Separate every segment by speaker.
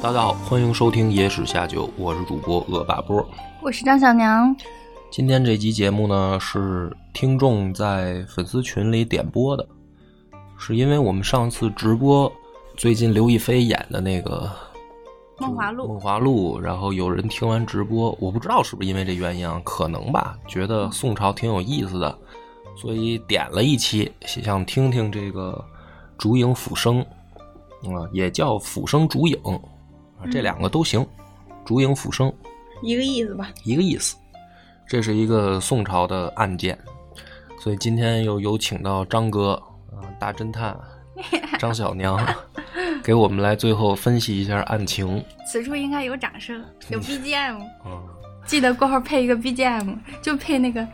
Speaker 1: 大家好，欢迎收听《野史下酒》，我是主播恶霸波。
Speaker 2: 我是张小娘，
Speaker 1: 今天这集节目呢，是听众在粉丝群里点播的，是因为我们上次直播，最近刘亦菲演的那个
Speaker 2: 《梦华录
Speaker 1: 梦华录》，然后有人听完直播，我不知道是不是因为这原因啊，可能吧，觉得宋朝挺有意思的，所以点了一期，想听听这个竹影斧声，啊，也叫斧声竹影，啊这两个都行，竹影斧声
Speaker 2: 一个意思吧。
Speaker 1: 一个意思。这是一个宋朝的案件，所以今天又有请到张哥啊，大侦探张小娘， 给我们来最后分析一下案情。
Speaker 2: 此处应该有掌声，有 BGM，
Speaker 1: 嗯，
Speaker 2: 记得过会儿配一个 BGM，就配那个。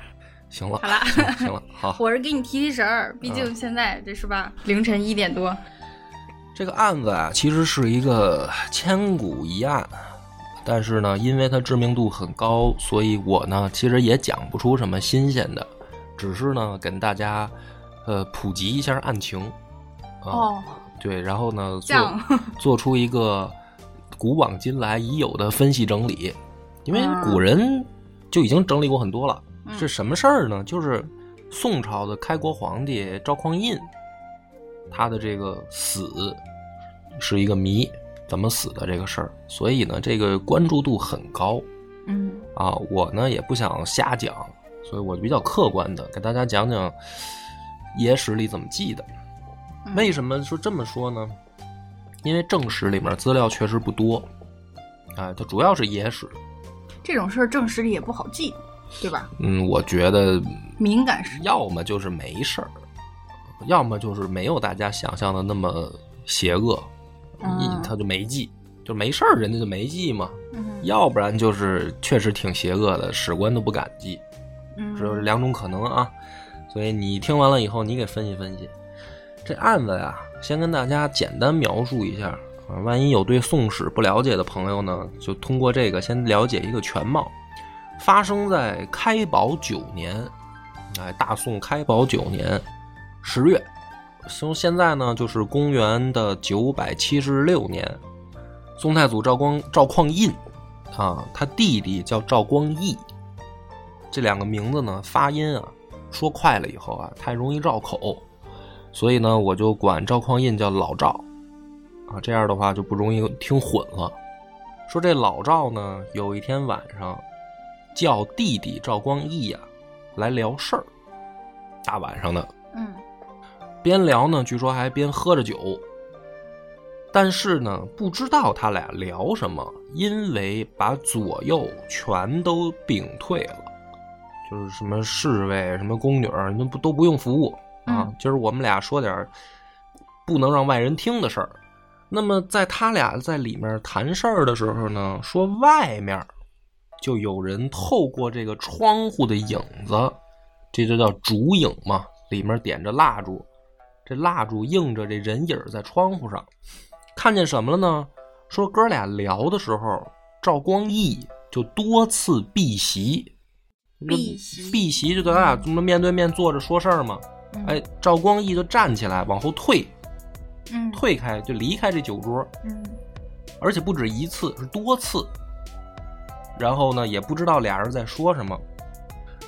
Speaker 1: 行了，
Speaker 2: 好啦
Speaker 1: 行了，行了，好。
Speaker 2: 我是给你提提神儿，毕
Speaker 1: 啊
Speaker 2: 竟现在这是吧，凌晨一点多。
Speaker 1: 这个案子啊，其实是一个千古一案，但是呢，因为它知名度很高，所以我呢其实也讲不出什么新鲜的，只是呢跟大家呃普及一下案情。啊、，
Speaker 2: 哦，
Speaker 1: 对，然后呢
Speaker 2: 这
Speaker 1: 做
Speaker 2: 样
Speaker 1: 做出一个古往今来已有的分析整理，因为
Speaker 2: 嗯
Speaker 1: 古人就已经整理过很多了。
Speaker 2: 嗯
Speaker 1: 是什么事儿呢？就是宋朝的开国皇帝赵匡胤，他的这个死是一个谜，怎么死的这个事儿，所以呢，这个关注度很高
Speaker 2: 嗯，
Speaker 1: 啊。我呢也不想瞎讲，所以我比较客观的给大家讲讲野史里怎么记的。
Speaker 2: 嗯
Speaker 1: 为什么说这么说呢？因为正史里面资料确实不多，啊，它主要是野史。
Speaker 2: 这种事儿正史里也不好记，对吧？
Speaker 1: 嗯，我觉得
Speaker 2: 敏感时，
Speaker 1: 要么就是没事儿，要么就是没有大家想象的那么邪恶，一
Speaker 2: 嗯
Speaker 1: 他就没记，就没事儿，人家就没记嘛。
Speaker 2: 嗯
Speaker 1: 要不然就是确实挺邪恶的，史官都不敢记，
Speaker 2: 嗯，
Speaker 1: 只有两种可能啊。所以你听完了以后，你给分析分析这案子呀。先跟大家简单描述一下啊，万一有对宋史不了解的朋友呢，就通过这个先了解一个全貌。发生在开宝九年，哎，大宋开宝九年十月，从现在呢就是公元的九百七十六年，宋太祖赵光赵匡胤啊，他弟弟叫赵光义，这两个名字呢发音啊，说快了以后啊，太容易绕口，所以呢，我就管赵匡胤叫老赵，啊，这样的话就不容易听混了。说这老赵呢，有一天晚上叫弟弟赵光义呀、来聊事儿，大晚上的，
Speaker 2: 嗯
Speaker 1: 边聊呢，据说还边喝着酒。但是呢，不知道他俩聊什么，因为把左右全都屏退了，就是什么侍卫、什么宫女儿，那不都不用服务啊
Speaker 2: 嗯。
Speaker 1: 今儿我们俩说点儿不能让外人听的事儿。那么在他俩在里面谈事儿的时候呢，说外面就有人透过这个窗户的影子，这就叫烛影嘛，里面点着蜡烛，这蜡烛映着这人影儿在窗户上，看见什么了呢？说哥俩聊的时候，赵光义就多次避席，
Speaker 2: 避席
Speaker 1: 避席就咱俩这么面对面坐着说事儿嘛。
Speaker 2: 嗯
Speaker 1: 哎，赵光义就站起来往后退，
Speaker 2: 嗯
Speaker 1: 退开就离开这酒桌，
Speaker 2: 嗯
Speaker 1: 而且不止一次，是多次。然后呢，也不知道俩人在说什么。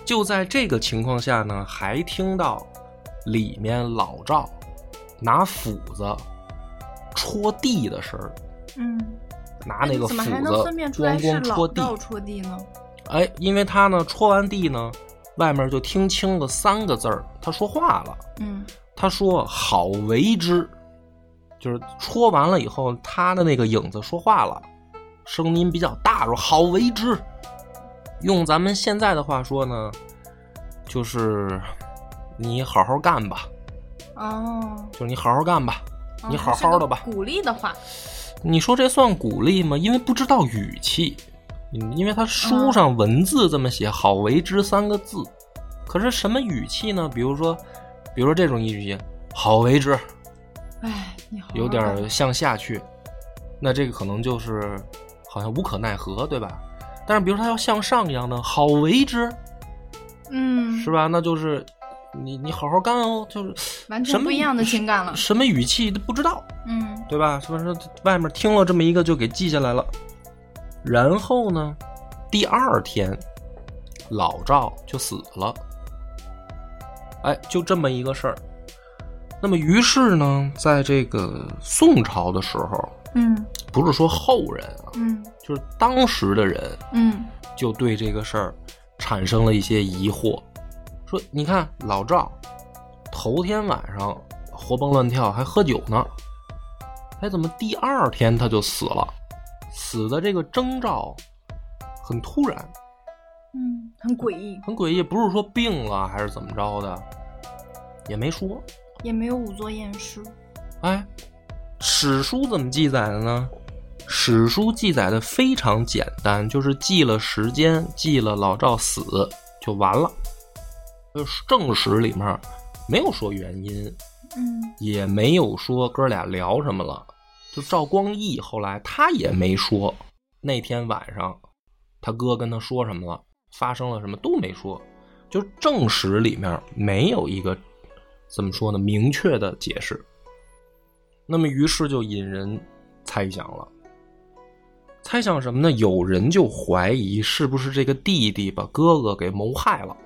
Speaker 1: 就在这个情况下呢，还听到里面老赵拿斧子戳地的声儿，
Speaker 2: 嗯，
Speaker 1: 拿那个斧
Speaker 2: 怎么
Speaker 1: 子
Speaker 2: 还能分辨出来
Speaker 1: 咣咣
Speaker 2: 是老
Speaker 1: 戳地。
Speaker 2: 道戳地呢？嗯
Speaker 1: 哎，因为他呢戳完地呢，外面就听清了三个字儿，他说话了。
Speaker 2: 嗯
Speaker 1: 他说：“好为之。”就是戳完了以后，他的那个影子说话了，声音比较大，说“好为之”。用咱们现在的话说呢，就是你好好干吧，
Speaker 2: 哦，
Speaker 1: 就是你好好干吧，
Speaker 2: 哦
Speaker 1: 你好好的吧
Speaker 2: 是个鼓励的话，
Speaker 1: 你说这算鼓励吗？因为不知道语气，嗯因为他书上文字这么写“好为之”三个字，可是什么语气呢？比如说，比如说这种语气，“好为之”，
Speaker 2: 哎，你好好
Speaker 1: 有点
Speaker 2: 干
Speaker 1: 儿向下去，那这个可能就是好像无可奈何，对吧？但是比如他要向上一样的，好为之，
Speaker 2: 嗯，
Speaker 1: 是吧？那就是你你好好干哦，就是
Speaker 2: 完
Speaker 1: 什
Speaker 2: 全
Speaker 1: 么
Speaker 2: 不一样的情感了。
Speaker 1: 什么语气都不知道，
Speaker 2: 嗯
Speaker 1: 对吧？所以说外面听了这么一个就给记下来了。然后呢，第二天老赵就死了。哎，就这么一个事儿。那么于是呢，在这个宋朝的时候，
Speaker 2: 嗯
Speaker 1: 不是说后人啊，
Speaker 2: 嗯
Speaker 1: 就是当时的人
Speaker 2: 嗯
Speaker 1: 就对这个事儿产生了一些疑惑，说你看老赵头天晚上活蹦乱跳还喝酒呢，哎，怎么第二天他就死了？死的这个征兆很突然，
Speaker 2: 嗯，很诡异，
Speaker 1: 很诡异，不是说病了还是怎么着的，也没说。
Speaker 2: 也没有仵作验尸。
Speaker 1: 哎，史书怎么记载的呢？史书记载的非常简单，就是记了时间，记了老赵死就完了。就是正史里面没有说原因，
Speaker 2: 嗯
Speaker 1: 也没有说哥俩聊什么了。就赵光义后来他也没说那天晚上他哥跟他说什么了，发生了什么都没说。就正史里面没有一个怎么说呢明确的解释。那么于是就引人猜想了，猜想什么呢？有人就怀疑是不是这个弟弟把哥哥给谋害了，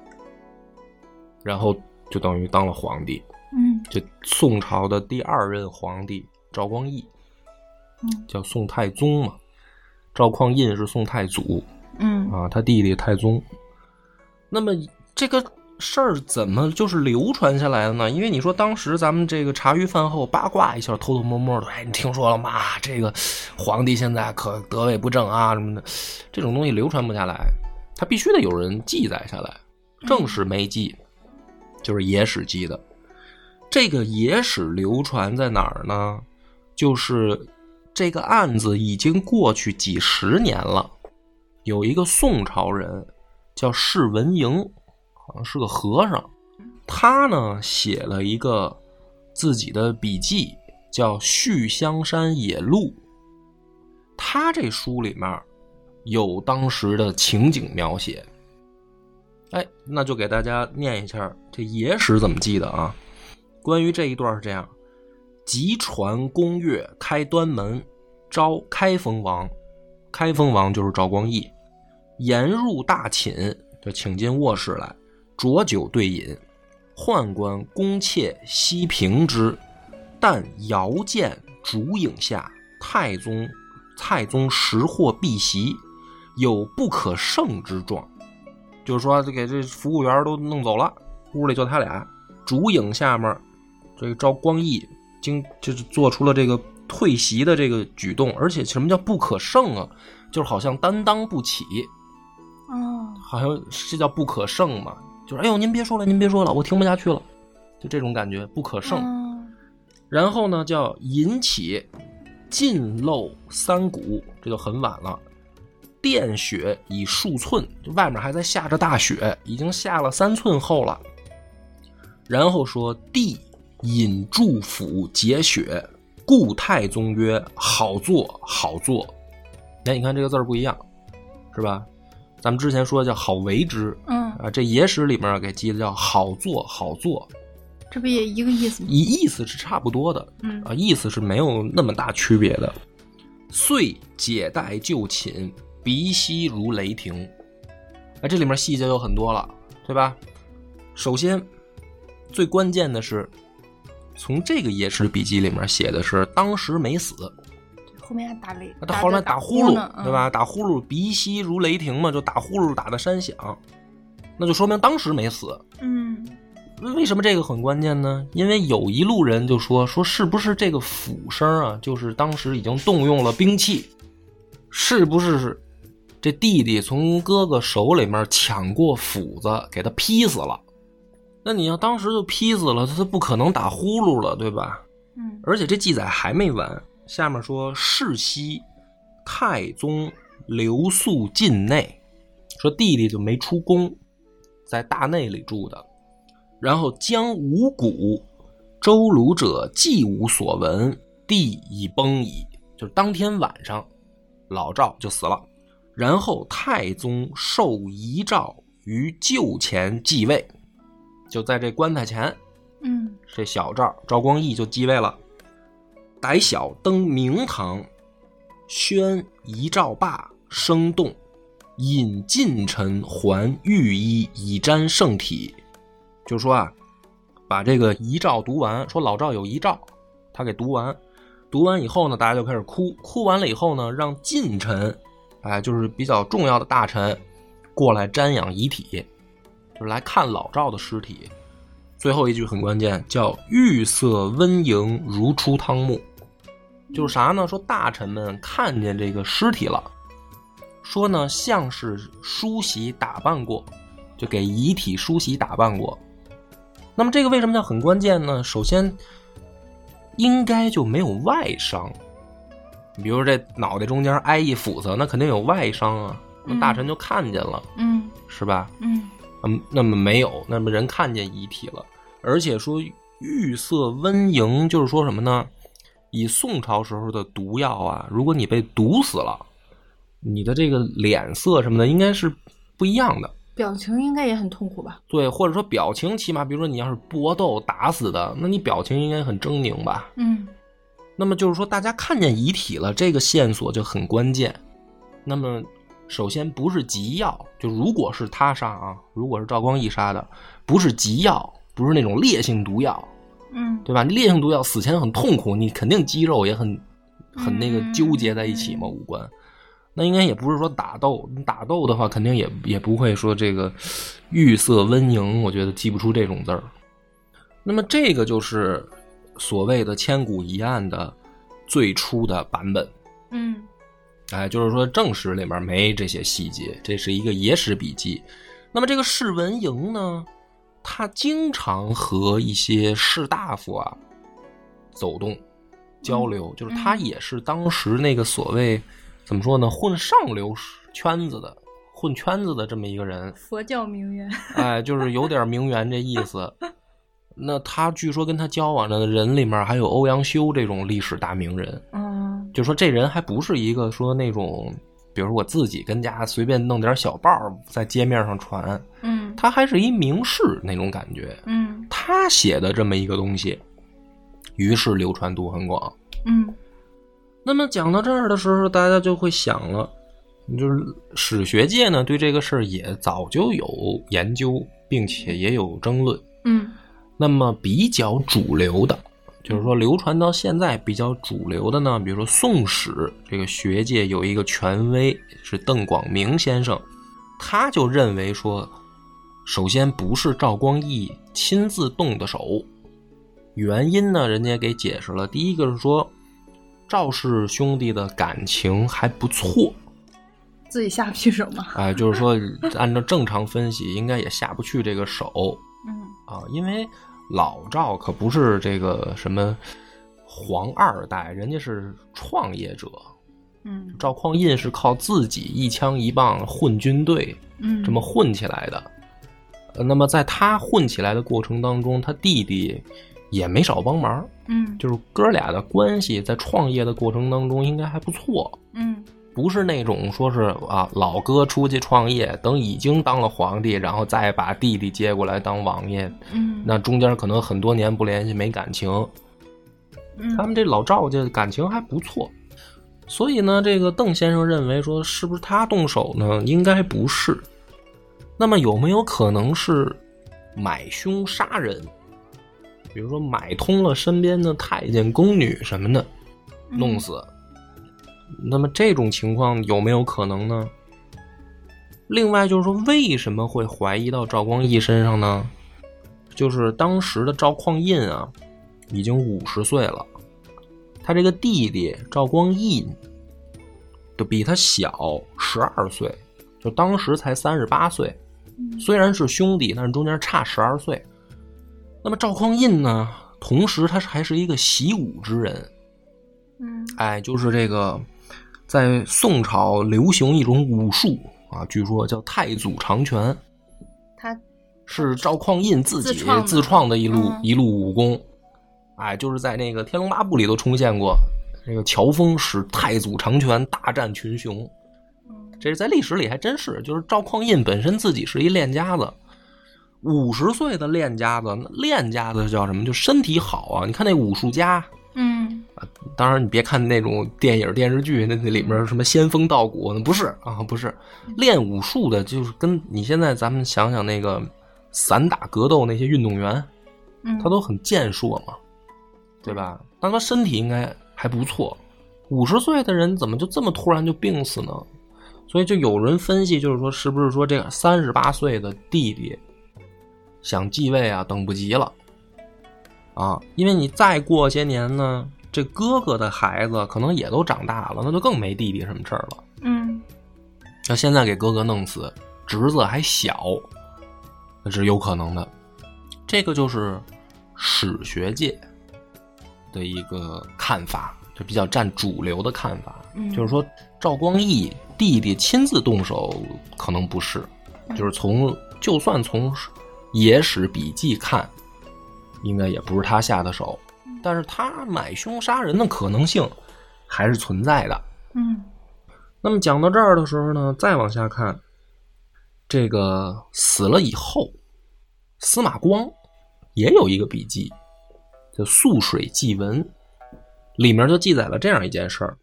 Speaker 1: 然后就等于当了皇帝。
Speaker 2: 嗯
Speaker 1: 这宋朝的第二任皇帝赵光义，
Speaker 2: 嗯
Speaker 1: 叫宋太宗嘛。赵匡胤是宋太祖
Speaker 2: 嗯
Speaker 1: 啊，他弟弟太宗。那么这个事儿怎么就是流传下来的呢？因为你说当时咱们这个茶余饭后八卦一下，偷偷摸摸的，哎，你听说了吗？这个皇帝现在可得位不正啊什么的，这种东西流传不下来，他必须得有人记载下来。正史没记，就是野史记的。这个野史流传在哪儿呢？就是这个案子已经过去几十年了，有一个宋朝人叫释文营，好像是个和尚，他呢写了一个自己的笔记，叫《续香山野录》。他这书里面有当时的情景描写，哎，那就给大家念一下这野史怎么记的啊。关于这一段是这样：吉传攻越，开端门，招开封王，开封王就是赵光义，言入大寝，就请进卧室来，浊酒对饮，宦官宫妾悉平之，但遥见烛影下，太宗太宗时获避席，有不可胜之状。就是说给这服务员都弄走了，屋里就他俩。烛影下面，这个赵光义经就是做出了这个退席的这个举动，而且什么叫不可胜啊？就是好像担当不起，
Speaker 2: 哦，
Speaker 1: 好像是叫不可胜嘛，就是哎呦您别说了，您别说了，我听不下去了，就这种感觉不可胜。
Speaker 2: 哦
Speaker 1: 然后呢，叫引起尽露三谷，这就很晚了。电雪以数寸，就外面还在下着大雪，已经下了三寸厚了。然后说地引祝府解雪，故太宗曰：“好做，好做。”哎，你看这个字儿不一样，是吧？咱们之前说叫“好为之”，
Speaker 2: 嗯，
Speaker 1: 啊，这野史里面给记的叫“好做，好做
Speaker 2: 这不也一个意思”，吗？
Speaker 1: 意意思是差不多的。
Speaker 2: 嗯
Speaker 1: 啊，意思是没有那么大区别的。遂解带就寝，鼻息如雷霆。哎，这里面细节有很多了，对吧？首先，最关键的是，从这个野史笔记里面写的是，当时没死，
Speaker 2: 后面还打雷，
Speaker 1: 他后来
Speaker 2: 打
Speaker 1: 呼噜，
Speaker 2: 呢，嗯
Speaker 1: 对吧？打呼噜，鼻息如雷霆嘛，就打呼噜打的山响，那就说明当时没死。
Speaker 2: 嗯？
Speaker 1: 为什么这个很关键呢？因为有一路人就说说是不是这个斧声啊，就是当时已经动用了兵器，是不是这弟弟从哥哥手里面抢过斧子给他劈死了？那你要当时就劈死了，他他不可能打呼噜了，对吧？
Speaker 2: 嗯
Speaker 1: 而且这记载还没完，下面说世袭太宗留宿境内，说弟弟就没出宫，在大内里住的。然后将五谷周鲁者既无所闻，地已崩矣。就是当天晚上，老赵就死了。然后太宗受遗诏于旧前继位，就在这棺材前
Speaker 2: 嗯
Speaker 1: 这小赵赵光义就继位了。逮小登明堂，宣遗诏罢生动，引近臣还御医以沾圣体。就说啊，把这个遗诏读完，说老赵有遗诏，他给读完。读完以后呢，大家就开始哭。哭完了以后呢，让近臣，哎，就是比较重要的大臣，过来瞻仰遗体，就是来看老赵的尸体。最后一句很关键，叫“玉色温莹如出汤沐”，就是啥呢？说大臣们看见这个尸体了，说呢像是梳洗打扮过，就给遗体梳洗打扮过。那么这个为什么叫很关键呢？首先，应该就没有外伤。你比如说这脑袋中间挨一斧子，那肯定有外伤啊，那大臣就看见了，
Speaker 2: 嗯
Speaker 1: 是吧？
Speaker 2: 嗯
Speaker 1: 嗯，那么没有，那么人看见遗体了，而且说玉色温莹，就是说什么呢？以宋朝时候的毒药啊，如果你被毒死了，你的这个脸色什么的应该是不一样的，
Speaker 2: 表情应该也很痛苦吧？
Speaker 1: 对，或者说表情，起码比如说你要是搏斗打死的，那你表情应该很狰狞吧？
Speaker 2: 嗯
Speaker 1: 那么就是说，大家看见遗体了，这个线索就很关键。那么，首先不是急药，就如果是他杀啊，如果是赵光义杀的，不是急药，不是那种烈性毒药，
Speaker 2: 嗯
Speaker 1: 对吧？烈性毒药死前很痛苦，你肯定肌肉也很很那个
Speaker 2: 嗯
Speaker 1: 纠结在一起嘛，五官。那应该也不是说打斗，打斗的话肯定也也不会说这个玉色温莹，我觉得记不出这种字儿。那么这个就是所谓的千古一案的最初的版本，
Speaker 2: 嗯
Speaker 1: 哎，就是说正史里面没这些细节，这是一个野史笔记。那么这个释文营呢，他经常和一些士大夫啊走动交流，就是他也是当时那个所谓怎么说呢，混上流圈子的。混圈子的这么一个人，
Speaker 2: 佛教名媛，
Speaker 1: 哎，就是有点名媛这意思。那他据说跟他交往着的人里面还有欧阳修这种历史大名人，
Speaker 2: 嗯
Speaker 1: 就说这人还不是一个说那种，比如说我自己跟家随便弄点小报儿在街面上传，
Speaker 2: 嗯
Speaker 1: 他还是一名士那种感觉。
Speaker 2: 嗯
Speaker 1: 他写的这么一个东西，于是流传度很广。
Speaker 2: 嗯
Speaker 1: 那么讲到这儿的时候，大家就会想了，就是史学界呢对这个事儿也早就有研究，并且也有争论。
Speaker 2: 嗯
Speaker 1: 那么比较主流的，就是说流传到现在比较主流的呢，比如说《宋史》这个学界有一个权威是邓广明先生，他就认为说，首先不是赵光义亲自动的手，原因呢，人家给解释了，第一个是说赵氏兄弟的感情还不错，
Speaker 2: 自己下不去手嘛？
Speaker 1: 哎，就是说按照正常分析，应该也下不去这个手，
Speaker 2: 嗯
Speaker 1: 啊，因为老赵可不是这个什么皇二代，人家是创业者。
Speaker 2: 嗯
Speaker 1: 赵匡胤是靠自己一枪一棒混军队
Speaker 2: 嗯，
Speaker 1: 这么混起来的。呃那么在他混起来的过程当中，他弟弟也没少帮忙，
Speaker 2: 嗯
Speaker 1: 就是哥俩的关系在创业的过程当中应该还不错。
Speaker 2: 嗯
Speaker 1: 不是那种说是啊，老哥出去创业，等已经当了皇帝，然后再把弟弟接过来当王爷，
Speaker 2: 嗯，
Speaker 1: 那中间可能很多年不联系，没感情。
Speaker 2: 嗯
Speaker 1: 他们这老赵家感情还不错，所以呢，这个邓先生认为说，是不是他动手呢？应该不是。那么有没有可能是买凶杀人？比如说买通了身边的太监、宫女什么的，弄
Speaker 2: 死
Speaker 1: 死。那么这种情况有没有可能呢？另外就是说，为什么会怀疑到赵光义身上呢？就是当时的赵匡胤啊，已经五十岁了，他这个弟弟赵光义就比他小十二岁，就当时才三十八岁，虽然是兄弟，但是中间差十二岁。那么赵匡胤呢，同时他是还是一个习武之人，
Speaker 2: 嗯
Speaker 1: 哎，就是这个，在宋朝流行一种武术啊，据说叫太祖长拳，
Speaker 2: 他
Speaker 1: 是赵匡胤自己
Speaker 2: 自创的
Speaker 1: 自创的一路、
Speaker 2: 嗯
Speaker 1: 一路武功。哎，就是在那个《天龙八部》里都出现过，这个乔峰使太祖长拳大战群雄，
Speaker 2: 嗯
Speaker 1: 这是在历史里还真是，就是赵匡胤本身自己是一练家子。五十岁的练家子，那练家子叫什么？就身体好啊！你看那武术家，
Speaker 2: 嗯
Speaker 1: 当然，你别看那种电影电视剧，那那里面什么仙风道骨，那不是啊，不是练武术的，就是跟你现在咱们想想那个散打格斗那些运动员，
Speaker 2: 嗯，
Speaker 1: 他都很健硕嘛，对吧？但他身体应该还不错。五十岁的人怎么就这么突然就病死呢？所以就有人分析，就是说，是不是说这个三十八岁的弟弟想继位啊，等不及了啊？因为你再过些年呢，这哥哥的孩子可能也都长大了，那就更没弟弟什么事儿了。
Speaker 2: 嗯
Speaker 1: 那现在给哥哥弄死，侄子还小，那是有可能的。这个就是史学界的一个看法，就比较占主流的看法。
Speaker 2: 嗯，
Speaker 1: 就是说，赵光义弟弟亲自动手，可能不是，就是从就算从野史笔记看，应该也不是他下的手，但是他买凶杀人的可能性还是存在的。
Speaker 2: 嗯
Speaker 1: 那么讲到这儿的时候呢，再往下看，这个死了以后，司马光也有一个笔记，叫《涑水记闻》，里面就记载了这样一件事儿：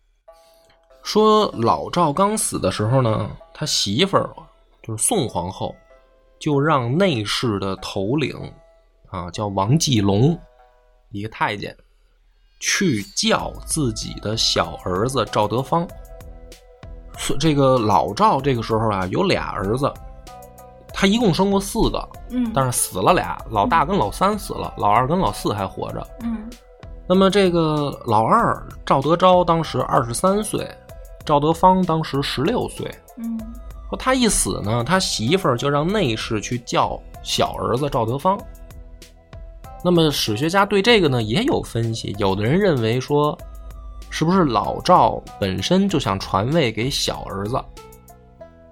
Speaker 1: 说老赵刚死的时候呢，他媳妇儿就是宋皇后，就让内侍的头领啊叫王继龙，一个太监，去叫自己的小儿子赵德芳。所这个老赵这个时候啊，有俩儿子，他一共生过四个，
Speaker 2: 嗯，
Speaker 1: 但是死了俩，老大跟老三死了，老二跟老四还活着。
Speaker 2: 嗯
Speaker 1: 那么这个老二赵德昭当时二十三岁，赵德芳当时十六岁。
Speaker 2: 嗯
Speaker 1: 说他一死呢，他媳妇儿就让内侍去叫小儿子赵德芳。那么史学家对这个呢也有分析，有的人认为说，是不是老赵本身就想传位给小儿子，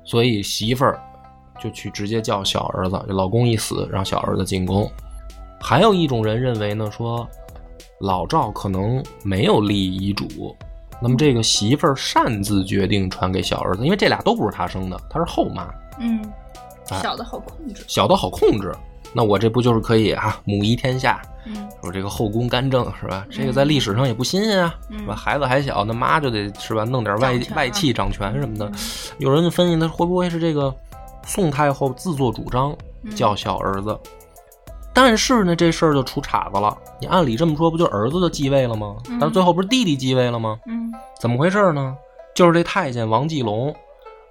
Speaker 1: 所以媳妇儿就去直接叫小儿子，老公一死让小儿子进宫。还有一种人认为呢，说老赵可能没有立遗嘱，那么这个媳妇儿擅自决定传给小儿子，因为这俩都不是他生的，他是后妈，
Speaker 2: 嗯，
Speaker 1: 哎
Speaker 2: 小的好控制，
Speaker 1: 小的好控制。那我这不就是可以啊，母仪天下，
Speaker 2: 嗯
Speaker 1: 我这个后宫干政是吧？这个在历史上也不新鲜啊，
Speaker 2: 嗯
Speaker 1: 是吧？孩子还小，那妈就得是吧，弄点外
Speaker 2: 掌权啊嗯
Speaker 1: 外戚掌权什么的。有人就分析他会不会是这个宋太后自作主张
Speaker 2: 嗯
Speaker 1: 叫小儿子，但是呢，这事儿就出岔子了。你按理这么说，不就儿子就继位了吗？
Speaker 2: 嗯
Speaker 1: 但是最后不是弟弟继位了吗？
Speaker 2: 嗯
Speaker 1: 怎么回事呢？就是这太监王继龙，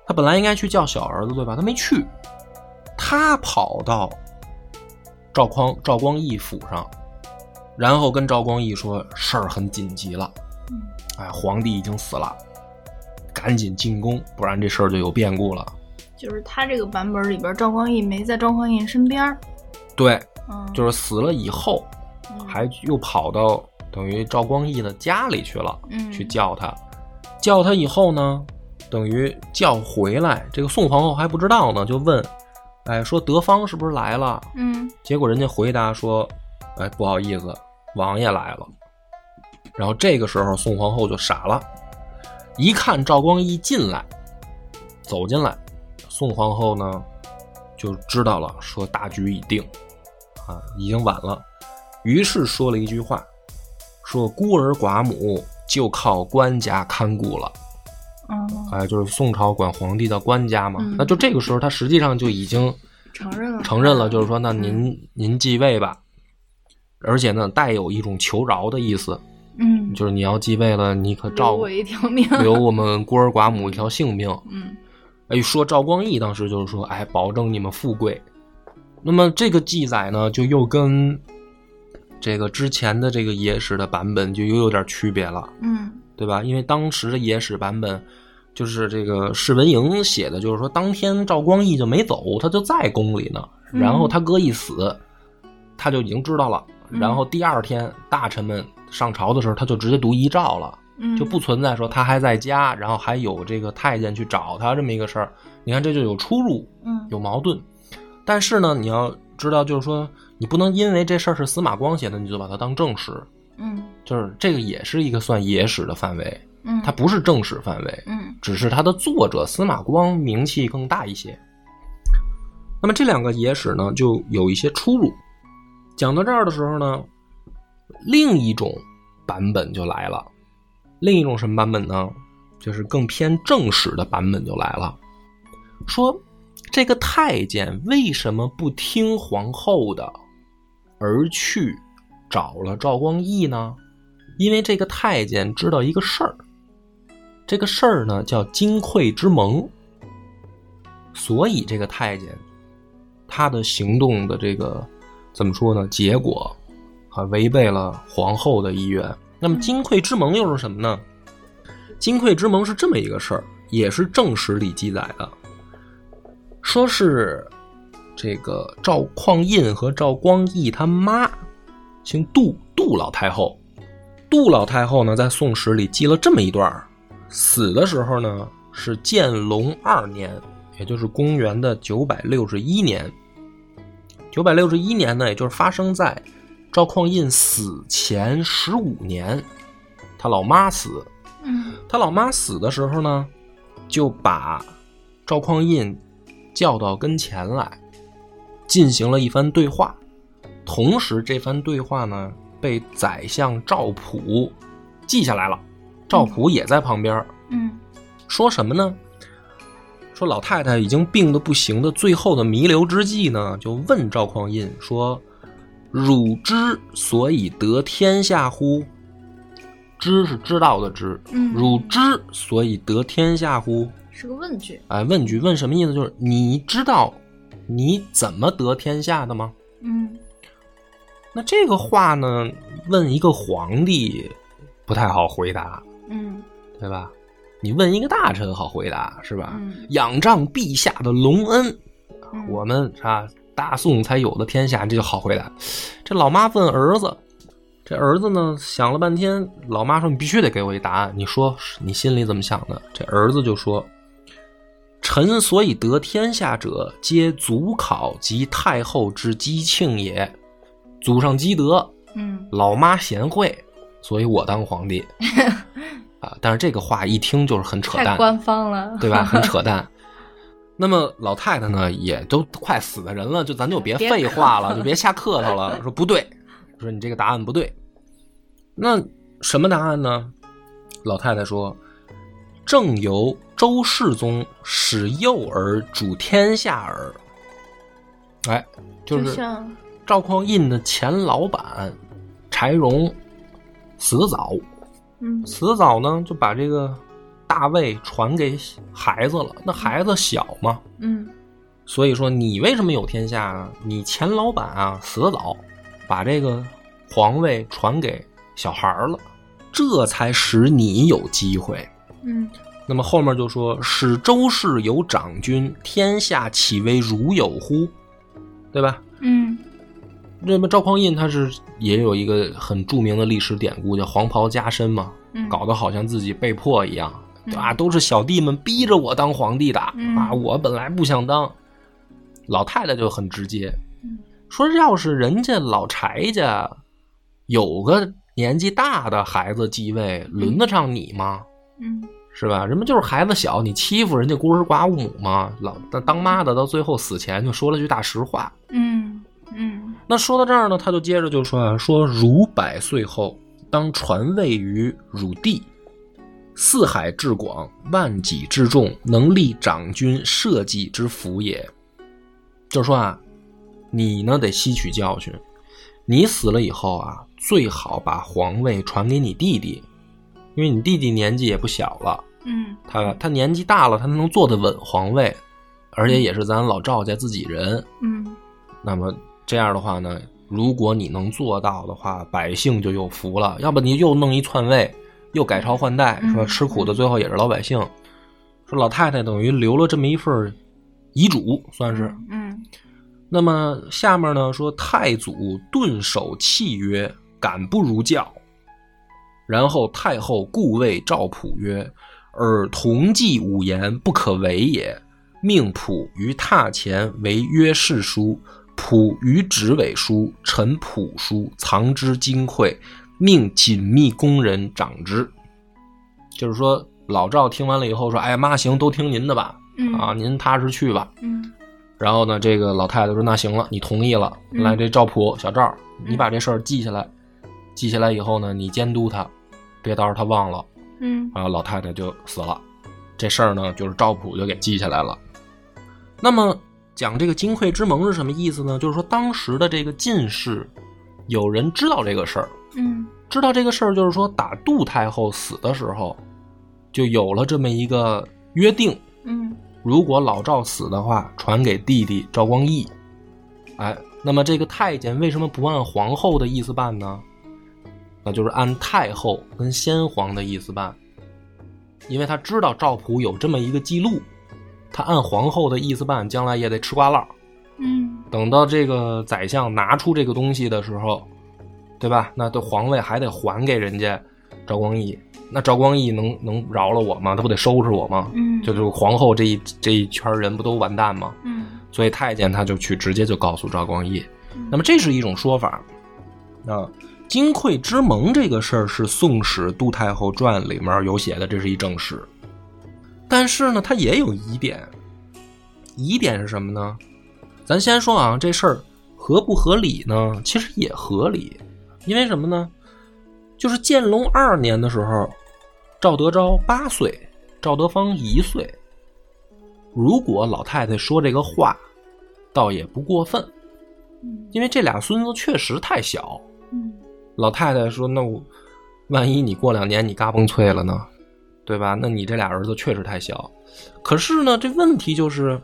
Speaker 1: 他本来应该去叫小儿子，对吧？他没去，他跑到赵匡赵光义府上，然后跟赵光义说事儿很紧急了，
Speaker 2: 嗯
Speaker 1: 哎，皇帝已经死了，赶紧进宫，不然这事儿就有变故了。
Speaker 2: 就是他这个版本里边，赵光义没在赵匡胤身边儿，
Speaker 1: 对，
Speaker 2: 嗯，
Speaker 1: 就是死了以后，
Speaker 2: 嗯
Speaker 1: 还又跑到等于赵光义的家里去了。
Speaker 2: 嗯
Speaker 1: 去叫他，叫他以后呢，等于叫回来，这个宋皇后还不知道呢，就问，哎，说德芳是不是来了？
Speaker 2: 嗯
Speaker 1: 结果人家回答说，哎，不好意思，王爷来了。然后这个时候宋皇后就傻了，一看赵光义进来，走进来，宋皇后呢就知道了，说大局已定，啊，已经晚了。于是说了一句话，说孤儿寡母就靠官家看顾了。
Speaker 2: 嗯，
Speaker 1: 哎，就是宋朝管皇帝叫官家嘛。
Speaker 2: 嗯
Speaker 1: 那就这个时候，他实际上就已经
Speaker 2: 承认了，
Speaker 1: 承认了，就是说，那您您继位吧，而且呢，带有一种求饶的意思，
Speaker 2: 嗯，
Speaker 1: 就是你要继位了，你可
Speaker 2: 留
Speaker 1: 照
Speaker 2: 我一条命，
Speaker 1: 留我们孤儿寡母一条性命。
Speaker 2: 嗯
Speaker 1: 哎，说赵光义当时就是说，哎，保证你们富贵。那么这个记载呢，就又跟这个之前的这个野史的版本就又有点区别了，
Speaker 2: 嗯
Speaker 1: 对吧？因为当时的野史版本。就是这个释文营写的，就是说当天赵光义就没走，他就在宫里呢。
Speaker 2: 嗯
Speaker 1: 然后他哥一死，他就已经知道了。
Speaker 2: 嗯
Speaker 1: 然后第二天大臣们上朝的时候，他就直接读遗诏了，
Speaker 2: 嗯，
Speaker 1: 就不存在说他还在家，然后还有这个太监去找他这么一个事儿。你看这就有出入，
Speaker 2: 嗯
Speaker 1: 有矛盾。但是呢，你要知道，就是说你不能因为这事儿是司马光写的，你就把它当正史，
Speaker 2: 嗯
Speaker 1: 就是这个也是一个算野史的范围，
Speaker 2: 嗯，
Speaker 1: 它不是正史范围。
Speaker 2: 嗯
Speaker 1: 只是它的作者司马光名气更大一些。那么这两个野史呢，就有一些出入。讲到这儿的时候呢，另一种版本就来了。另一种什么版本呢？就是更偏正史的版本就来了，说这个太监为什么不听皇后的，而去找了赵光义呢？因为这个太监知道一个事儿，这个事儿呢叫金匮之盟，所以这个太监他的行动的这个怎么说呢？结果啊违背了皇后的意愿。那么金匮之盟又是什么呢？金匮之盟是这么一个事儿，也是正史里记载的，说是这个赵匡胤和赵光义他妈，姓杜，杜老太后。杜老太后呢，在《宋史》里记了这么一段儿：死的时候呢是建隆二年，也就是公元的九百六十一年。九百六十一年呢，也就是发生在赵匡胤死前十五年，他老妈死。
Speaker 2: 嗯
Speaker 1: 他老妈死的时候呢，就把赵匡胤叫到跟前来，进行了一番对话。同时，这番对话呢被宰相赵普记下来了，赵普也在旁边儿，
Speaker 2: 嗯
Speaker 1: 说什么呢？说老太太已经病得不行的最后的弥留之际呢，就问赵匡胤说：“汝之所以得天下乎？”知是知道的知，
Speaker 2: 嗯
Speaker 1: 汝知所以得天下乎？
Speaker 2: 是个问句。
Speaker 1: 哎，问句问什么意思？就是你知道你怎么得天下的吗？
Speaker 2: 嗯
Speaker 1: 那这个话呢，问一个皇帝不太好回答，
Speaker 2: 嗯
Speaker 1: 对吧？你问一个大臣好回答是吧？
Speaker 2: 嗯
Speaker 1: 仰仗陛下的隆恩，
Speaker 2: 嗯
Speaker 1: 啊我们啊大宋才有的天下，这就好回答。这老妈问儿子，这儿子呢想了半天，老妈说你必须得给我一答案，你说你心里怎么想的？这儿子就说：“臣所以得天下者，皆祖考及太后之姬庆也，祖上积德，
Speaker 2: 嗯
Speaker 1: 老妈贤惠，所以我当皇帝。”啊，但是这个话一听就是很扯
Speaker 2: 太
Speaker 1: 淡，
Speaker 2: 官方 了，
Speaker 1: 对吧？很扯淡。那么老太太呢，也都快死的人了，就咱就嗯别
Speaker 2: 别
Speaker 1: 废话
Speaker 2: 客
Speaker 1: 了，
Speaker 2: 套
Speaker 1: 就别瞎客套了。说不对，说你这个答案不对。那什么答案呢？老太太说：“正由周世宗使幼儿主天下耳。”哎，就是
Speaker 2: 像
Speaker 1: 赵匡胤的前老板柴荣死早，
Speaker 2: 嗯
Speaker 1: 辞藻呢就把这个大位传给孩子了。那孩子小嘛，
Speaker 2: 嗯
Speaker 1: 所以说你为什么有天下啊？你前老板啊辞藻，把这个皇位传给小孩儿了，这才使你有机会。
Speaker 2: 嗯
Speaker 1: 那么后面就说：“使周氏有长君，天下岂为如有乎？”对吧？
Speaker 2: 嗯
Speaker 1: 那么赵匡胤他是也有一个很著名的历史典故，叫“黄袍加身”嘛。
Speaker 2: 嗯，
Speaker 1: 搞得好像自己被迫一样，
Speaker 2: 嗯
Speaker 1: 啊，都是小弟们逼着我当皇帝的
Speaker 2: 嗯
Speaker 1: 啊，我本来不想当。老太太就很直接
Speaker 2: 嗯，
Speaker 1: 说要是人家老柴家有个年纪大的孩子继位，轮得上你吗？
Speaker 2: 嗯
Speaker 1: 是吧？人们就是孩子小，你欺负人家孤儿寡母嘛。老当妈的到最后死前就说了句大实话，
Speaker 2: 嗯嗯
Speaker 1: 那说到这儿呢，他就接着就说啊，说汝百岁后，当传位于汝地，四海至广，万己至众，能立长君社稷之福也。就是说啊，你呢得吸取教训，你死了以后啊，最好把皇位传给你弟弟，因为你弟弟年纪也不小了，
Speaker 2: 嗯
Speaker 1: 他他年纪大了，他能坐得稳皇位，而且也是咱老赵家自己人。
Speaker 2: 嗯
Speaker 1: 那么这样的话呢，如果你能做到的话，百姓就有福了。要不你又弄一篡位，又改朝换代，说
Speaker 2: 嗯
Speaker 1: 吃苦的最后也是老百姓。说老太太等于留了这么一份儿遗嘱，算是。
Speaker 2: 嗯
Speaker 1: 那么下面呢说太祖顿守契约，敢不如教。然后太后故谓赵普曰：“尔同记五言，不可违也。”命普于榻前为约誓书，普于执尾书，陈普书，藏之金匮，命紧密工人长之。就是说，老赵听完了以后说：“哎妈，行，都听您的吧，
Speaker 2: 嗯
Speaker 1: 啊，您踏实去吧。”
Speaker 2: 嗯
Speaker 1: 然后呢，这个老太太说：“那行了，你同意了。
Speaker 2: 嗯
Speaker 1: 来，这赵普小赵，
Speaker 2: 嗯
Speaker 1: 你把这事儿记下来，记下来以后呢，你监督他，别到时候他忘了，
Speaker 2: 嗯
Speaker 1: 然后老太太就死了。这事儿呢，就是赵普就给记下来了。那么讲这个金匮之盟是什么意思呢？就是说当时的这个进士，有人知道这个事儿，
Speaker 2: 嗯
Speaker 1: 知道这个事儿，就是说打杜太后死的时候，就有了这么一个约定，
Speaker 2: 嗯
Speaker 1: 如果老赵死的话，传给弟弟赵光义。哎，那么这个太监为什么不按皇后的意思办呢？那就是按太后跟先皇的意思办，因为他知道赵普有这么一个记录，他按皇后的意思办，将来也得吃瓜落。
Speaker 2: 嗯
Speaker 1: 等到这个宰相拿出这个东西的时候，对吧？那这皇位还得还给人家赵光义，那赵光义能能饶了我吗？他不得收拾我吗？
Speaker 2: 嗯，
Speaker 1: 就是皇后这一这一圈人不都完蛋吗？
Speaker 2: 嗯
Speaker 1: 所以太监他就去直接就告诉赵光义。
Speaker 2: 嗯
Speaker 1: 那么这是一种说法。啊，金匮之盟这个事儿是《宋史·杜太后传》里面有写的，这是一正史。但是呢，它也有疑点。疑点是什么呢？咱先说啊，这事儿合不合理呢？其实也合理，因为什么呢？就是建隆二年的时候，赵德昭八岁，赵德芳一岁。如果老太太说这个话，倒也不过分，
Speaker 2: 嗯
Speaker 1: 因为这俩孙子确实太小。
Speaker 2: 嗯
Speaker 1: 老太太说：“那我万一你过两年你嘎嘣脆了呢，对吧？那你这俩儿子确实太小。可是呢，这问题就是，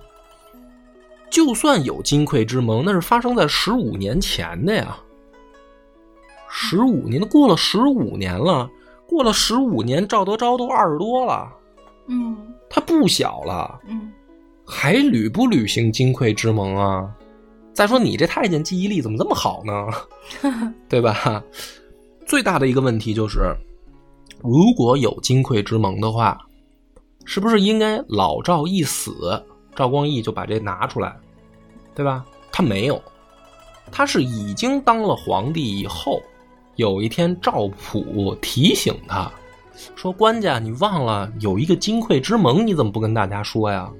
Speaker 1: 就算有金匮之盟，那是发生在十五年前的呀。十五年，都过了十五年了，过了十五年，赵德昭都二十多了，
Speaker 2: 嗯
Speaker 1: 他不小了。”
Speaker 2: 嗯
Speaker 1: 还履不履行金匮之盟啊？再说你这太监记忆力怎么这么好呢？对吧？最大的一个问题就是，如果有金匮之盟的话，是不是应该老赵一死，赵光义就把这拿出来，对吧？他没有，他是已经当了皇帝以后，有一天赵普提醒他说：“官家，你忘了有一个金匮之盟，你怎么不跟大家说呀？”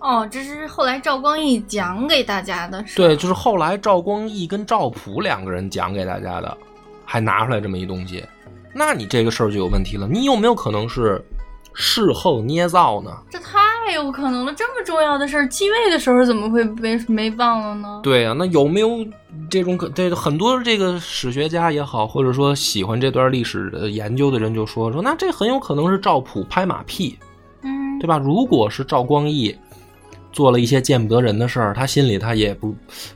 Speaker 2: 哦，这是后来赵光义讲给大家的，是吧
Speaker 1: 对，就是后来赵光义跟赵普两个人讲给大家的，还拿出来这么一东西，那你这个事儿就有问题了。你有没有可能是事后捏造呢？
Speaker 2: 这太有可能了。这么重要的事儿，继位的时候怎么会没没忘了呢？
Speaker 1: 对啊呀、那有没有这种可？这很多这个史学家也好，或者说喜欢这段历史的研究的人就说说，那这很有可能是赵普拍马屁，
Speaker 2: 嗯，
Speaker 1: 对吧？如果是赵光义做了一些见不得人的事儿，他心里他也不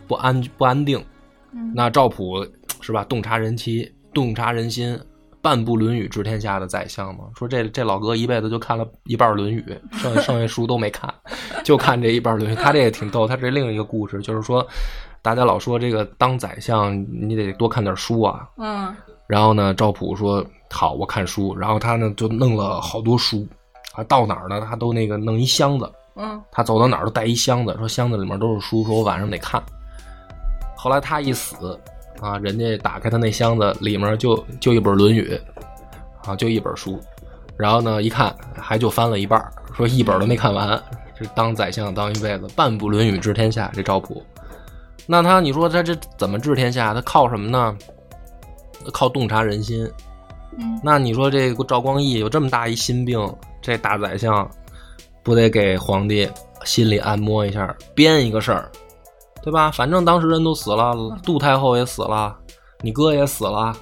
Speaker 1: 不安不安定，
Speaker 2: 嗯
Speaker 1: 那赵普是吧？洞察人妻，洞察人心，半部《论语》治天下的宰相嘛。说这这老哥一辈子就看了一半《论语》，剩下剩下书都没看， 就看这一半《论语》。他这也挺逗，他这另一个故事就是说，大家老说这个当宰相你得多看点书啊。
Speaker 2: 嗯
Speaker 1: 然后呢，赵普说好，我看书。然后他呢就弄了好多书，啊，到哪儿呢他都那个弄一箱子，
Speaker 2: 嗯
Speaker 1: 他走到哪儿都带一箱子，说箱子里面都是书，说我晚上得看。后来他一死啊，人家打开他那箱子，里面就就一本《论语》，啊，就一本书。然后呢，一看还就翻了一半儿，说一本都没看完。这当宰相当一辈子，半部《论语》治天下，这赵普。那他你说他这怎么治天下？他靠什么呢？靠洞察人心。
Speaker 2: 嗯
Speaker 1: 那你说这个赵光义有这么大一心病，这大宰相不得给皇帝心里按摩一下，编一个事儿，对吧？反正当时人都死了，杜太后也死了，你哥也死了，